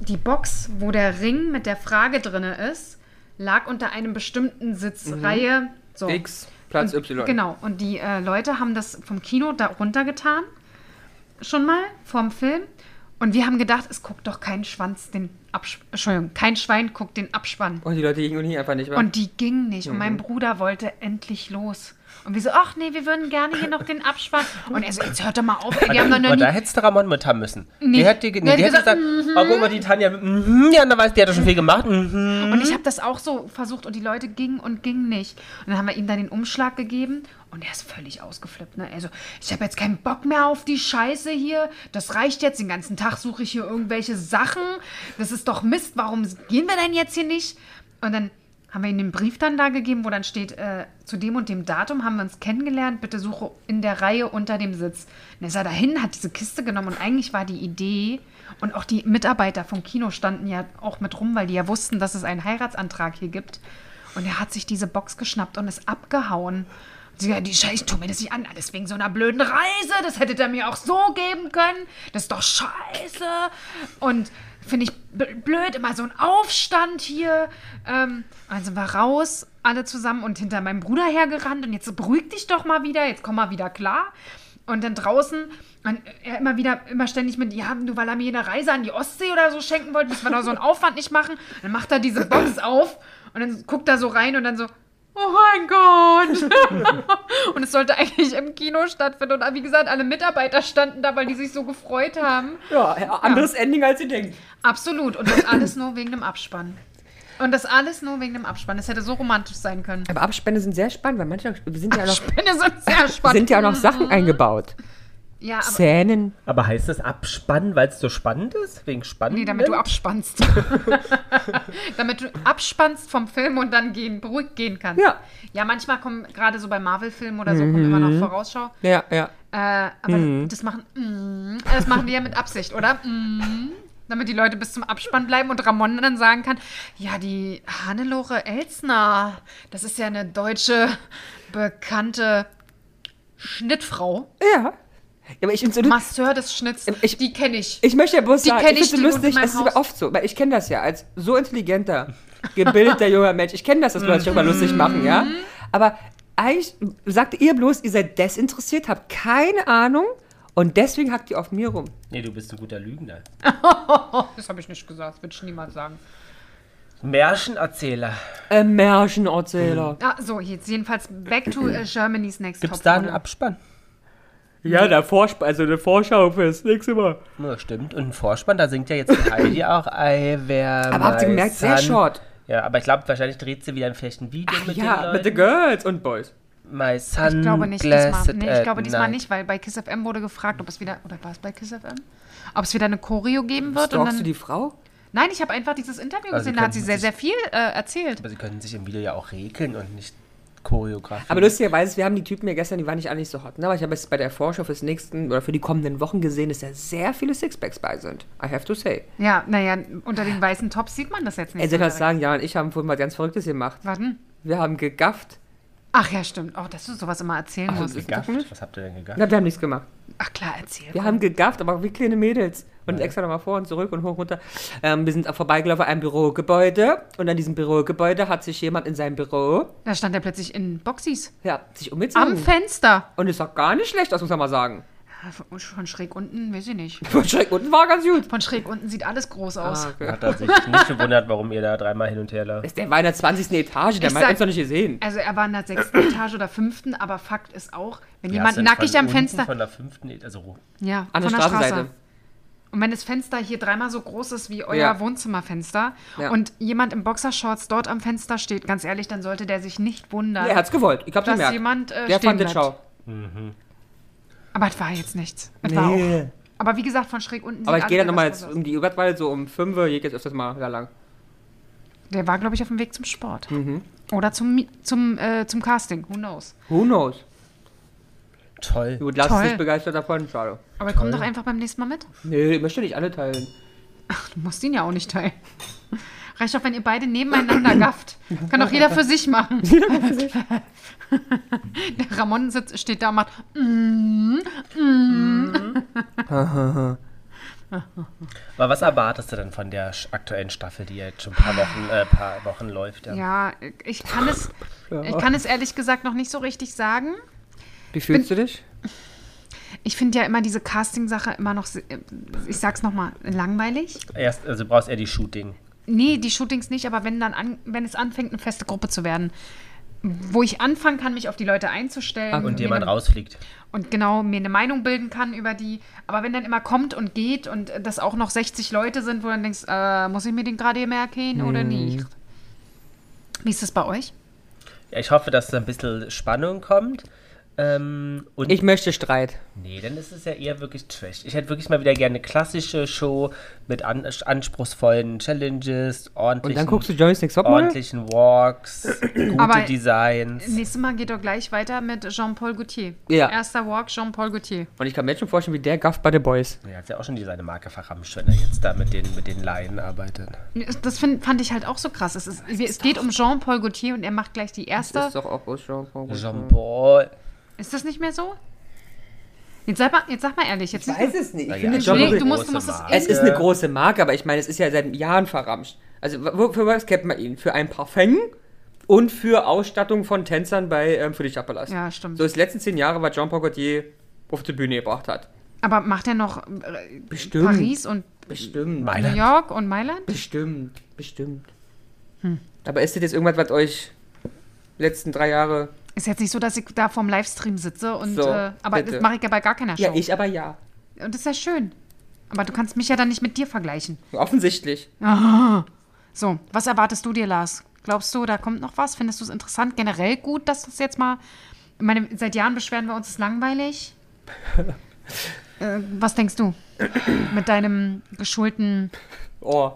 die Box, wo der Ring mit der Frage drinne ist, lag unter einem bestimmten Sitzreihe. So. Mhm. X, Platz und, Y. Genau. Und die äh, Leute haben das vom Kino da runtergetan. Schon mal vom Film. Und wir haben gedacht, es guckt doch kein Schwanz den Abspann. Entschuldigung, kein Schwein guckt den Abspann. Und die Leute gingen ohnehin einfach nicht, wa? Und die ging nicht. Und mein Bruder wollte endlich los. Und wir so, ach nee, wir würden gerne hier noch den Abspann. Und er so, jetzt hört doch mal auf, ey, wir haben doch noch Aber da nie. hättest du Ramon mit haben müssen. Nee. Die hätte, nee, Die hätte die hätte gesagt, gesagt, oh, guck mal, die Tanja, mhm, die andere weiß, die hat doch schon viel gemacht. Mhm. Und ich habe das auch so versucht und die Leute gingen und gingen nicht. Und dann haben wir ihm dann den Umschlag gegeben und er ist völlig ausgeflippt. Ne? Also, ich habe jetzt keinen Bock mehr auf die Scheiße hier. Das reicht jetzt. Den ganzen Tag suche ich hier irgendwelche Sachen. Das ist doch Mist. Warum gehen wir denn jetzt hier nicht? Und dann haben wir ihm den Brief dann da gegeben, wo dann steht, äh, zu dem und dem Datum haben wir uns kennengelernt, bitte suche in der Reihe unter dem Sitz. Und ist er dahin, hat diese Kiste genommen und eigentlich war die Idee, und auch die Mitarbeiter vom Kino standen ja auch mit rum, weil die ja wussten, dass es einen Heiratsantrag hier gibt. Und er hat sich diese Box geschnappt und ist abgehauen. Und sie, ja, die Scheiße, tu mir das nicht an, alles wegen so einer blöden Reise, das hättet ihr mir auch so geben können, das ist doch scheiße. Und finde ich b- blöd, immer so ein Aufstand hier. Ähm, also war raus, alle zusammen und hinter meinem Bruder hergerannt und jetzt beruhig dich doch mal wieder, jetzt komm mal wieder klar. Und dann draußen, man, er immer wieder, immer ständig mit, ja, du, weil er mir eine Reise an die Ostsee oder so schenken wollte, müssen wir da so einen Aufwand nicht machen. Dann macht er diese Box auf und dann guckt er so rein und dann so, oh mein Gott. und es sollte eigentlich im Kino stattfinden. Und wie gesagt, alle Mitarbeiter standen da, weil die sich so gefreut haben. ja, anderes Ending, als ihr denkt. Absolut. Und das alles nur wegen dem Abspann. Und das alles nur wegen dem Abspann. Es hätte so romantisch sein können. Aber Abspende sind sehr spannend, weil manche wir sind ja auch noch, Abspänne sind sehr spannend. sind ja auch noch Sachen eingebaut. Ja, aber, Szenen. Aber heißt das abspannen, weil es so spannend ist? Wegen Spannend? nee, damit du abspannst. damit du abspannst vom Film und dann gehen, beruhigt gehen kannst. Ja. Mhm. Ja, manchmal kommen gerade so bei Marvel-Filmen oder so, kommen immer noch Vorausschau. Ja, ja. Äh, aber Mhm. das machen, mm, das machen die ja mit Absicht, oder? Mm, damit die Leute bis zum Abspann bleiben und Ramon dann sagen kann, ja, die Hannelore Elsner, das ist ja eine deutsche bekannte Schnittfrau, Ja. Aber ich, find's so- Masseur des Schnitts, Ich- die kenne ich. ich möchte ja bloß Die sagen, kenn ich ich, finde die es lustig, wohnt in es ist meinem aber Haus. oft so, weil ich kenne das ja als so intelligenter, gebildeter junger Mensch. Ich kenne das, dass wir uns darüber Mhm. lustig machen, ja. Aber eigentlich sagt ihr bloß, ihr seid desinteressiert, habt keine Ahnung und deswegen hackt ihr auf mir rum. Nee, du bist ein guter Lügner. Das habe ich nicht gesagt, das wird schon niemand sagen. Märchenerzähler. Äh, Märchenerzähler. Ah, so, jetzt jedenfalls back to äh, Germany's Next Gibt es Top da einen Model. Abspann? Ja, der Vorsp also eine Vorschau fürs nächste Mal. Ja, stimmt. Und ein Vorspann, da singt ja jetzt die Heidi auch Ei, wer Aber habt ihr weiß gemerkt, sehr an- short. Ja, aber ich glaube, wahrscheinlich dreht sie wieder ein vielleicht ein Video mit Ja, den mit the Leuten. girls und boys. My äh, son Ich glaube nicht diesmal. glanced Nee, ich at glaube diesmal night. nicht, weil bei Kiss FM wurde gefragt, ob es wieder, oder war es bei Kiss FM? Ob es wieder eine Choreo geben wird. Und Stalkst du dann, die Frau? nein, ich habe einfach dieses Interview Also gesehen, da hat könnten sie sehr, sich- sehr viel äh, erzählt. Aber sie können sich im Video ja auch regeln und nicht choreografieren. Aber lustigerweise, wir haben die Typen ja gestern, die waren nicht alle nicht so hot, ne? Aber ich habe jetzt bei der Vorschau fürs nächsten oder für die kommenden Wochen gesehen, dass da sehr viele Sixpacks bei sind. I have to say. Ja, naja, unter den weißen Tops sieht man das jetzt nicht. Ey, soll ich so was direkt. sagen? Ja, und ich haben vorhin mal ganz Verrücktes gemacht. Warten. Wir haben gegafft. Ach ja, stimmt. Auch, dass du sowas immer erzählen musst. Gegafft? Was habt ihr denn gegafft? Na, wir haben nichts gemacht. Ach klar, erzähl. Wir haben gegafft, aber wie kleine Mädels. Und extra nochmal vor und zurück und hoch und runter. Ähm, wir sind auch vorbeigelaufen an einem Bürogebäude. Und an diesem Bürogebäude hat sich jemand in seinem Büro Da stand er plötzlich in Boxis. ja, sich Am umgezogen. Fenster. und es sah gar nicht schlecht aus, muss man mal sagen. Von schräg unten, weiß ich nicht. Von schräg unten war ganz gut. Von schräg unten sieht alles groß aus. Ah, okay. Hat er sich nicht gewundert, warum ihr da dreimal hin und her lauft. Das ist der war in der 20. Etage, der Ich hat sag- uns noch nicht gesehen. Also er war in der sechsten Etage oder fünften, aber Fakt ist auch, wenn Ja, jemand sind nackig von am unten, Fenster... Von der fünften, Etage- also ru- Ja, An der von Straßenseite. Und wenn das Fenster hier dreimal so groß ist wie euer Ja. Wohnzimmerfenster Ja. und jemand im Boxershorts dort am Fenster steht, ganz ehrlich, dann sollte der sich nicht wundern. Ja, er hat's gewollt. Ich hab's Dass gemerkt. jemand, äh, der stehen fand den bleibt. Schau. Aber es war jetzt nichts. Es war auch. Aber wie gesagt, von schräg unten. Aber sieht ich gehe alles dann nochmal ganz jetzt groß aus. um die Übertweile, so um 5 Uhr, gehe ich jetzt öfters mal da lang. Der war, glaube ich, auf dem Weg zum Sport. Mhm. Oder zum, Mi- zum, äh, zum Casting. Who knows? Who knows? Toll. Gut, lass Toll. dich begeistert davon, schade. Aber wir kommen doch einfach beim nächsten Mal mit. Nee, ich möchte nicht alle teilen. Du musst ihn ja auch nicht teilen. Reicht doch, wenn ihr beide nebeneinander gafft. Kann doch jeder für sich machen. Der Ramon sitzt, steht da und macht. Mm, mm. Aber was erwartest du denn von der sch- aktuellen Staffel, die ja jetzt schon ein paar Wochen, äh, paar Wochen läuft? Ja. Ah. Ja, ich kann es, ich kann es ehrlich gesagt noch nicht so richtig sagen. Wie fühlst du dich? Ich finde ja immer diese Casting-Sache immer noch, se- ich sag's nochmal, langweilig. Erst, also du brauchst eher die Shooting. Nee, die Shootings nicht, aber wenn, dann an, wenn es anfängt, eine feste Gruppe zu werden, wo ich anfangen kann, mich auf die Leute einzustellen. Und Und mir jemand eine, rausfliegt. Und genau, mir eine Meinung bilden kann über die. Aber wenn dann immer kommt und geht und äh, das auch noch 60 Leute sind, wo du dann denkst, äh, muss ich mir den gerade merken oder nicht? Wie ist es bei euch? Ja, ich hoffe, dass da ein bisschen Spannung kommt. Ähm, und Ich möchte Streit. Nee, dann ist es ja eher wirklich Trash. Ich hätte wirklich mal wieder gerne eine klassische Show mit an, anspruchsvollen Challenges, ordentlichen, Und dann guckst du Johnny's Next Topmodel? ordentlichen Walks, gute Aber- Designs. Nächstes Mal geht doch gleich weiter mit Jean-Paul Gaultier. Ja. Erster Walk, Jean-Paul Gaultier. Und ich kann mir jetzt schon vorstellen, wie der Gaff bei The Boys. Er hat ja auch schon die- seine Marke verramscht, wenn er jetzt da mit den, mit den Laien arbeitet. Mhm. Das find, fand ich halt auch so krass. Es, ist, es geht um Jean-Paul Gaultier und er macht gleich die erste. doch auch aus Jean-Paul. Jean-Paul. Ist das nicht mehr so? Jetzt sag mal, jetzt sag mal ehrlich. Jetzt Ich weiß es nicht. Ich finde ja, Entschuldigung, Jean-Paul du musst- du musst Große Es Marke. ist eine große Marke, aber ich meine, es ist ja seit Jahren verramscht. Also wo- für was kennt man ihn? Für ein Parfum und für Ausstattung von Tänzern bei ähm, für die Stadtpalast. Ja, stimmt. So ist die letzten zehn Jahre, was Jean-Paul Gaultier auf die Bühne gebracht hat. aber macht er noch äh, Bestimmt. Paris und Bestimmt. New Mailand. York und Mailand? Bestimmt. Bestimmt. Hm. Aber ist das jetzt irgendwas, was euch die letzten drei Jahre... Ist jetzt nicht so, dass ich da vorm Livestream sitze und So, äh, aber bitte. das mache ich ja bei gar keiner Show. Ja, ich aber ja. Und das ist ja schön. Aber du kannst mich ja dann nicht mit dir vergleichen. Offensichtlich. So, was erwartest du dir, Lars? Glaubst du, da kommt noch was? Findest du es interessant? Generell gut, dass das jetzt mal. Ich meine, seit Jahren beschweren wir uns, es ist langweilig. äh, was denkst du? Mit deinem geschulten Oh.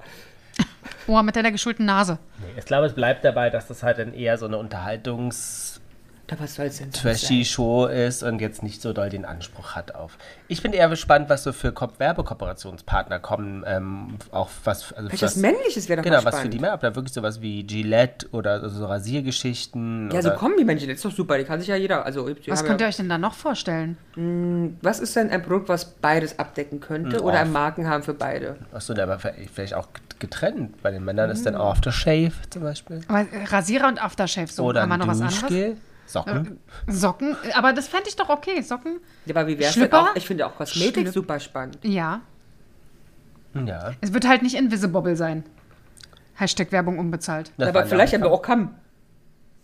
Ohr, mit deiner geschulten Nase. Nee, ich glaube, es bleibt dabei, dass das halt dann eher so eine Unterhaltungs-, Da was soll's denn? trashy Show ist und jetzt nicht so doll den Anspruch hat auf. Ich bin eher gespannt, was so für Ko- Werbekooperationspartner kommen, ähm, auch was, also Vielleicht was was- Männliches wäre doch Genau, mal was für die spannend. Männer, ob da wirklich sowas wie Gillette oder so Rasiergeschichten. Ja, so oder Kombi-Männchen, das ist doch super. Die kann sich ja jeder... Also, ich- Was ich könnt habe ihr ja, euch denn da noch vorstellen? was ist denn ein Produkt, was beides Hm, abdecken könnte oh. oder einen Marken haben für beide? Achso, der war vielleicht auch getrennt. Bei den Männern ist dann Hm. auch Aftershave zum Beispiel. Aber äh, Rasierer und Aftershave, so Oder haben wir ein noch was anderes? Duschgel. Socken. Socken, Äh, aber das fände ich doch okay. Socken, Ja, aber wie wär's Schlüpper? denn auch? Ich finde auch Kosmetik Schlüpp- super spannend. ja. Hm, Ja. Es wird halt nicht Invisibobble sein. Hashtag Werbung unbezahlt. Das war aber ein vielleicht haben Anfang. wir auch Kamm.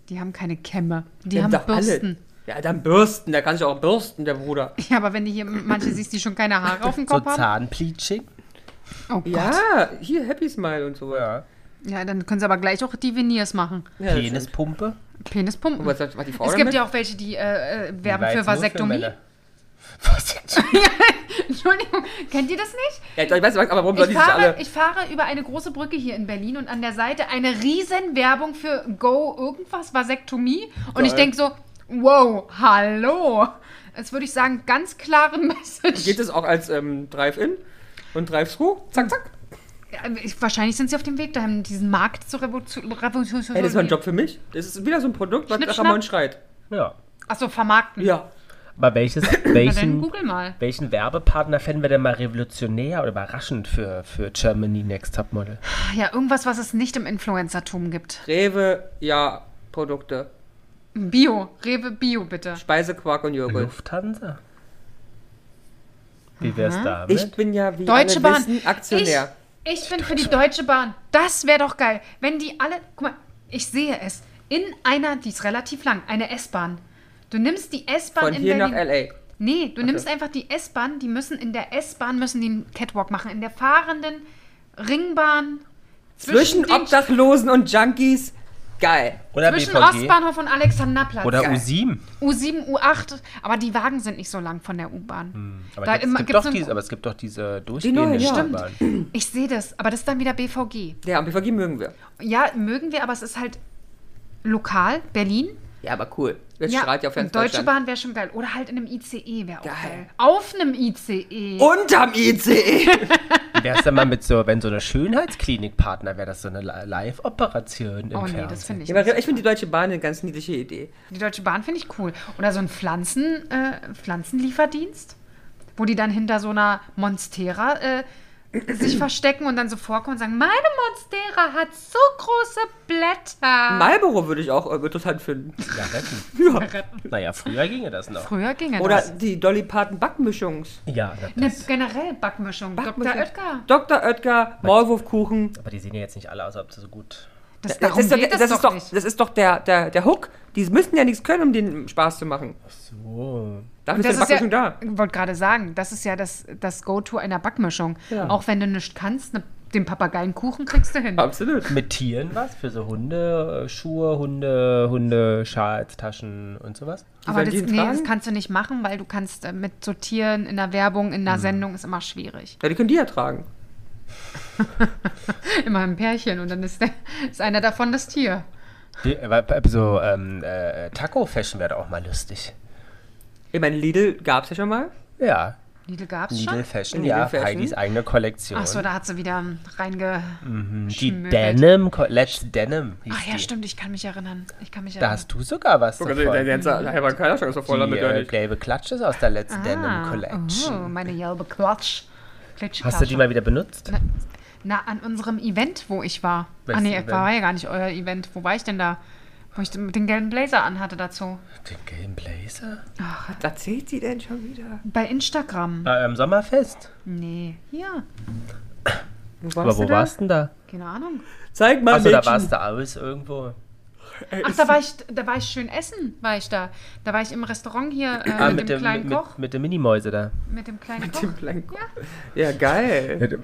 Die haben keine Kämme. Die, Wir haben doch alle- Bürsten. Ja, dann Bürsten. Da kannst du auch bürsten, der Bruder. Ja, aber wenn du hier manche siehst, die schon keine Haare auf dem so Kopf haben. Zahnpleaching. Oh Gott. Ja? Ja, hier Happy Smile und so weiter. Ja. dann können sie aber gleich auch die Veneers machen. Ja, das stimmt. Penispumpe. Penispumpen. Und was sagt was die Frau Es damit? gibt ja auch welche, die äh, äh, werben Weil für jetzt nur Vasektomie. Männer. Vasektomie. Entschuldigung, kennt ihr das nicht? ja, ich weiß nicht, aber warum sollen Ich Oh die sich fahre, alle... ich fahre über eine große Brücke hier in Berlin und an der Seite eine riesen Werbung für Go irgendwas, Vasektomie. Und ich Geil. denke so, wow, hallo. Das würde ich sagen, ganz klare Message. Geht es auch als ähm, Drive-In und Drive-Thru? Zack, zack. Ja, Äh, ich- Wahrscheinlich sind sie auf dem Weg dahin, diesen Markt zu revo- zu- revolutionieren. Hey, das ist mal ein Job für mich. Das ist wieder so ein Produkt, was Schnipp, nachher mal schnapp. und schreit. Ja. Achso, vermarkten. Ja. Aber welches, Na dann welchen, google mal. welchen Werbepartner fänden wir denn mal revolutionär oder überraschend für, für Germany Next Topmodel? Ach Ja, irgendwas, was es nicht im Influencertum gibt. Rewe. Rewe, ja, Produkte. Bio. Rewe Bio, bitte. Speisequark und Joghurt. Lufthansa. Wie wär's Mhm. damit? Ich bin ja wie Deutsche alle Bahn. Wissen, Aktionär. Ich, ich bin für die Deutsche Bahn. Das wäre doch geil. Wenn die alle. Guck mal, ich sehe es. In einer, die ist relativ lang, eine S-Bahn. Du nimmst die S-Bahn Von in hier Berlin. nach L.A. Nee, du nimmst einfach die S-Bahn, die müssen in der S-Bahn müssen die einen Catwalk machen. In der fahrenden Ringbahn. Zwischen den- Obdachlosen und Junkies. Geil. Oder zwischen BVG. Ostbahnhof und Alexanderplatz. Oder Geil. U7. U7, U8. Aber die Wagen sind nicht so lang von der U-Bahn. Hm, Aber, Da gibt's, immer- gibt gibt's doch so- diese, aber es gibt doch diese durchgehende neuen, ja. Stimmbahn. Ich sehe das, aber das ist dann wieder BVG. Ja, und BVG mögen wir. Ja, mögen wir, aber es ist halt lokal, Berlin. Ja, aber cool. Jetzt Ja, strahlt ja auf ganz und Deutsche Deutschland. Bahn wäre schon geil. Oder halt in einem ICE wäre auch geil. Geil. Auf einem E. ICE. Unterm E. ICE. Wäre es dann mal mit so, wenn so eine Schönheitsklinikpartner wäre, das so eine Li- Live-Operation im oh nee, Fernsehen. das finde ich. Ja, aber nicht. ich finde die Deutsche Bahn eine ganz niedliche Idee. Die Deutsche Bahn finde ich cool. Oder so ein Pflanzen, äh, Pflanzenlieferdienst. wo die dann hinter so einer Monstera äh, sich verstecken und dann so vorkommen und sagen, meine Monstera hat so große Blätter. Marlboro würde ich auch äh, interessant finden. Zigaretten. Ja. Naja, früher ginge das noch. Früher ginge Oder das. die Dolly Parton Backmischungs. Ja, das, Eine generell Backmischung. Dr. Oetker. Dr. Oetker, Maulwurfkuchen. aber die sehen ja jetzt nicht alle aus, ob sie so gut. Das, Das darum ist doch, geht es das ist doch, nicht. das ist doch der, der, der Hook. Die müssen ja nichts können, um den Spaß zu machen. So. Dafür Das ist der ist ja, Backmischung da. ich wollte gerade sagen, das ist ja das, das Go-To einer Backmischung. Auch wenn du nichts kannst, ne, den Papageienkuchen kriegst du hin. Absolut. Mit Tieren was? Für so Hunde, äh, Schuhe, Hunde, Hunde, Schals, Taschen und sowas? Aber sollen das, die ihn nee, das tragen? kannst du nicht machen, weil du kannst äh, mit sortieren in der Werbung, in der Mhm. Sendung ist immer schwierig. Ja, die können die ja tragen. Immer ein Pärchen und dann ist, der, ist einer davon das Tier. Die- aber So ähm, äh, Taco-Fashion wäre doch auch mal lustig. Ich meine, Lidl gab es ja schon mal. Ja, Lidl gab's schon. Lidl-Fashion, Lidl ja, Fashion. Heidis eigene Kollektion. Achso, da hat sie wieder reinge. Mhm, die geschmökelt. Denim, Co- Let's Denim hieß Ach ja, die. stimmt, ich kann mich erinnern. Ich kann mich Da erinnern. hast du sogar was davon. ganze Kleiderschrank ist doch voll Die äh, gelbe Klatsche ist aus der Let's Denim Ah, Oh, Collection. meine gelbe Klatsch. Klitsch Hast du die mal wieder benutzt? Na, na, an unserem Event, wo ich war. Welches ah, nee, Event? war ja gar nicht euer Event. Wo war ich denn da? Wo ich den den gelben Blazer anhatte dazu. Den gelben Blazer? Was erzählt sie denn schon wieder? Bei Instagram. Bei eurem Ah, ähm, Sommerfest. Ah, Nee, hier. Wo warst Aber wo da? warst du denn da? Keine Ahnung. Zeig mal, Achso, Mädchen. da warst du aus irgendwo. Äh, Ach, da war ich, da war ich schön essen, war ich da. Da war ich im Restaurant hier äh, Ah, mit, dem kleinen mit, Koch. Mit, mit dem Minimäuse da. Mit dem kleinen Mit Koch. dem Blanko. Ja. geil.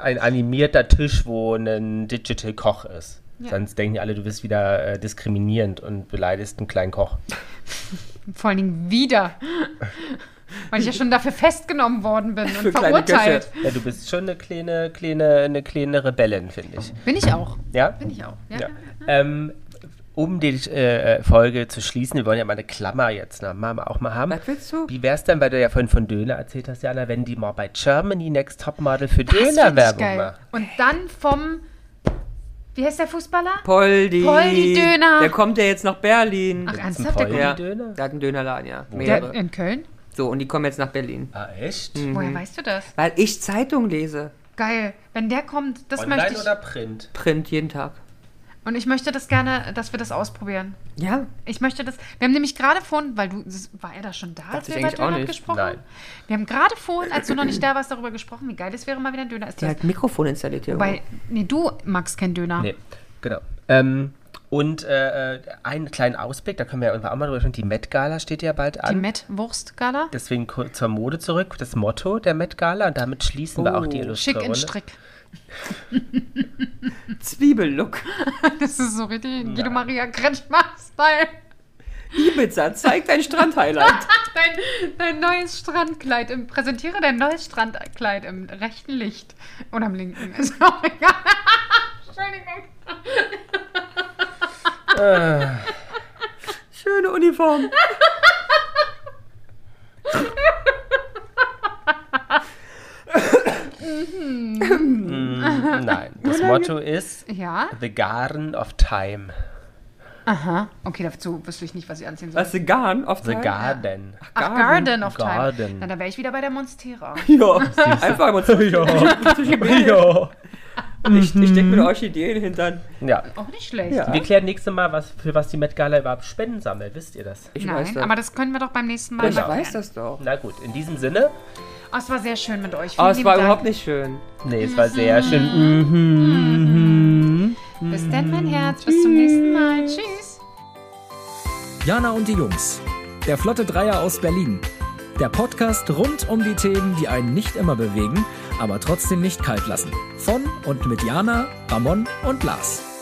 Ein animierter Tisch, wo ein Digital Koch ist. Ja. Sonst denken die alle, du bist wieder äh, diskriminierend und beleidigst einen kleinen Koch. Vor allen Dingen wieder. Weil ich ja schon dafür festgenommen worden bin und Für kleine verurteilt. Ja, du bist schon eine kleine, kleine, eine kleine Rebellin, finde ich. Bin ich auch. Ja? Bin ich auch. Ja. Ja. Ähm, um die äh, Folge zu schließen, wir wollen ja mal eine Klammer jetzt na, mal, auch mal haben. Was willst du? Wie wär's denn, weil du ja vorhin von Döner erzählt hast, Jana, wenn die mal bei Germany Next Topmodel für Das find ich Dönerwerbung geil. macht? Und dann vom. Wie heißt der Fußballer? Poldi. Poldi Döner. Der kommt ja jetzt nach Berlin. Ach, Gibt's einen ernsthaft? Der, Poldi? kommt- ja. Döner? Der hat einen Dönerladen, ja. der Mehrere. in Köln? So, und die kommen jetzt nach Berlin. Ah, echt? Woher weißt du das? Weil ich Zeitung lese. Geil. Wenn der kommt, das möchte Online ich. oder Print? Print jeden Tag. Und ich möchte das gerne, dass wir das ausprobieren. Ja. Ich möchte das. Wir haben nämlich gerade vorhin, weil du. das- War er da schon da, als ich wir über eigentlich auch Döner nicht. gesprochen Nein. haben? Wir haben gerade vorhin, als du noch nicht da warst, darüber gesprochen, wie geil es wäre, mal wieder ein Döner ist. Der hat ein Mikrofon installiert hier. Weil, nee, du magst keinen Döner. Nee, genau. Ähm, und äh, äh, einen kleinen Ausblick, da können wir ja irgendwann auch mal drüber sprechen. Die Met Gala steht ja bald Die an. Met-Wurst-Gala? Deswegen kurz zur Mode zurück, das Motto der Met Gala. Und damit schließen wir auch die Oh, Schick in illustre Runde. Strick. irgendwo. Zwiebellook. Das ist so richtig Guido Maria Kretschmer-Style. Ibiza, zeig dein Strandhighlight. Dein, dein neues Strandkleid. Im, präsentiere dein neues Strandkleid im rechten Licht. Oder im linken. Ist auch egal. Entschuldigung. Schöne Uniform. Nein, das Motto ist Ja? The Garden of Time. Aha. Okay, dazu wüsste ich nicht, was ich anziehen soll. Was, The Garn? Auf The Garden. Ach, Garden Ah, of Garden. Time. Na, da wäre ich wieder bei der Monstera. Ja, einfach mal zu. ja. Ich, ich steck mir eine Orchidee in den Hintern. ja. Auch nicht schlecht. Ja. Wir klären nächstes Mal, was, für was die Met Gala überhaupt Spenden sammelt. Wisst ihr das? Ich weiß Nein, das. aber das können wir doch beim nächsten Mal ich mal weiß klären. das doch. Na gut, in diesem Sinne. Oh, es war sehr schön mit euch. Aber Vielen lieben Oh, es war Dank. überhaupt nicht schön. Nee, es war sehr Mhm. schön. Bis dann, mein Herz. Bis zum nächsten Mal. Tschüss. Jana und die Jungs. Der Flotte Dreier aus Berlin. Der Podcast rund um die Themen, die einen nicht immer bewegen, aber trotzdem nicht kalt lassen. Von und mit Jana, Ramon und Lars.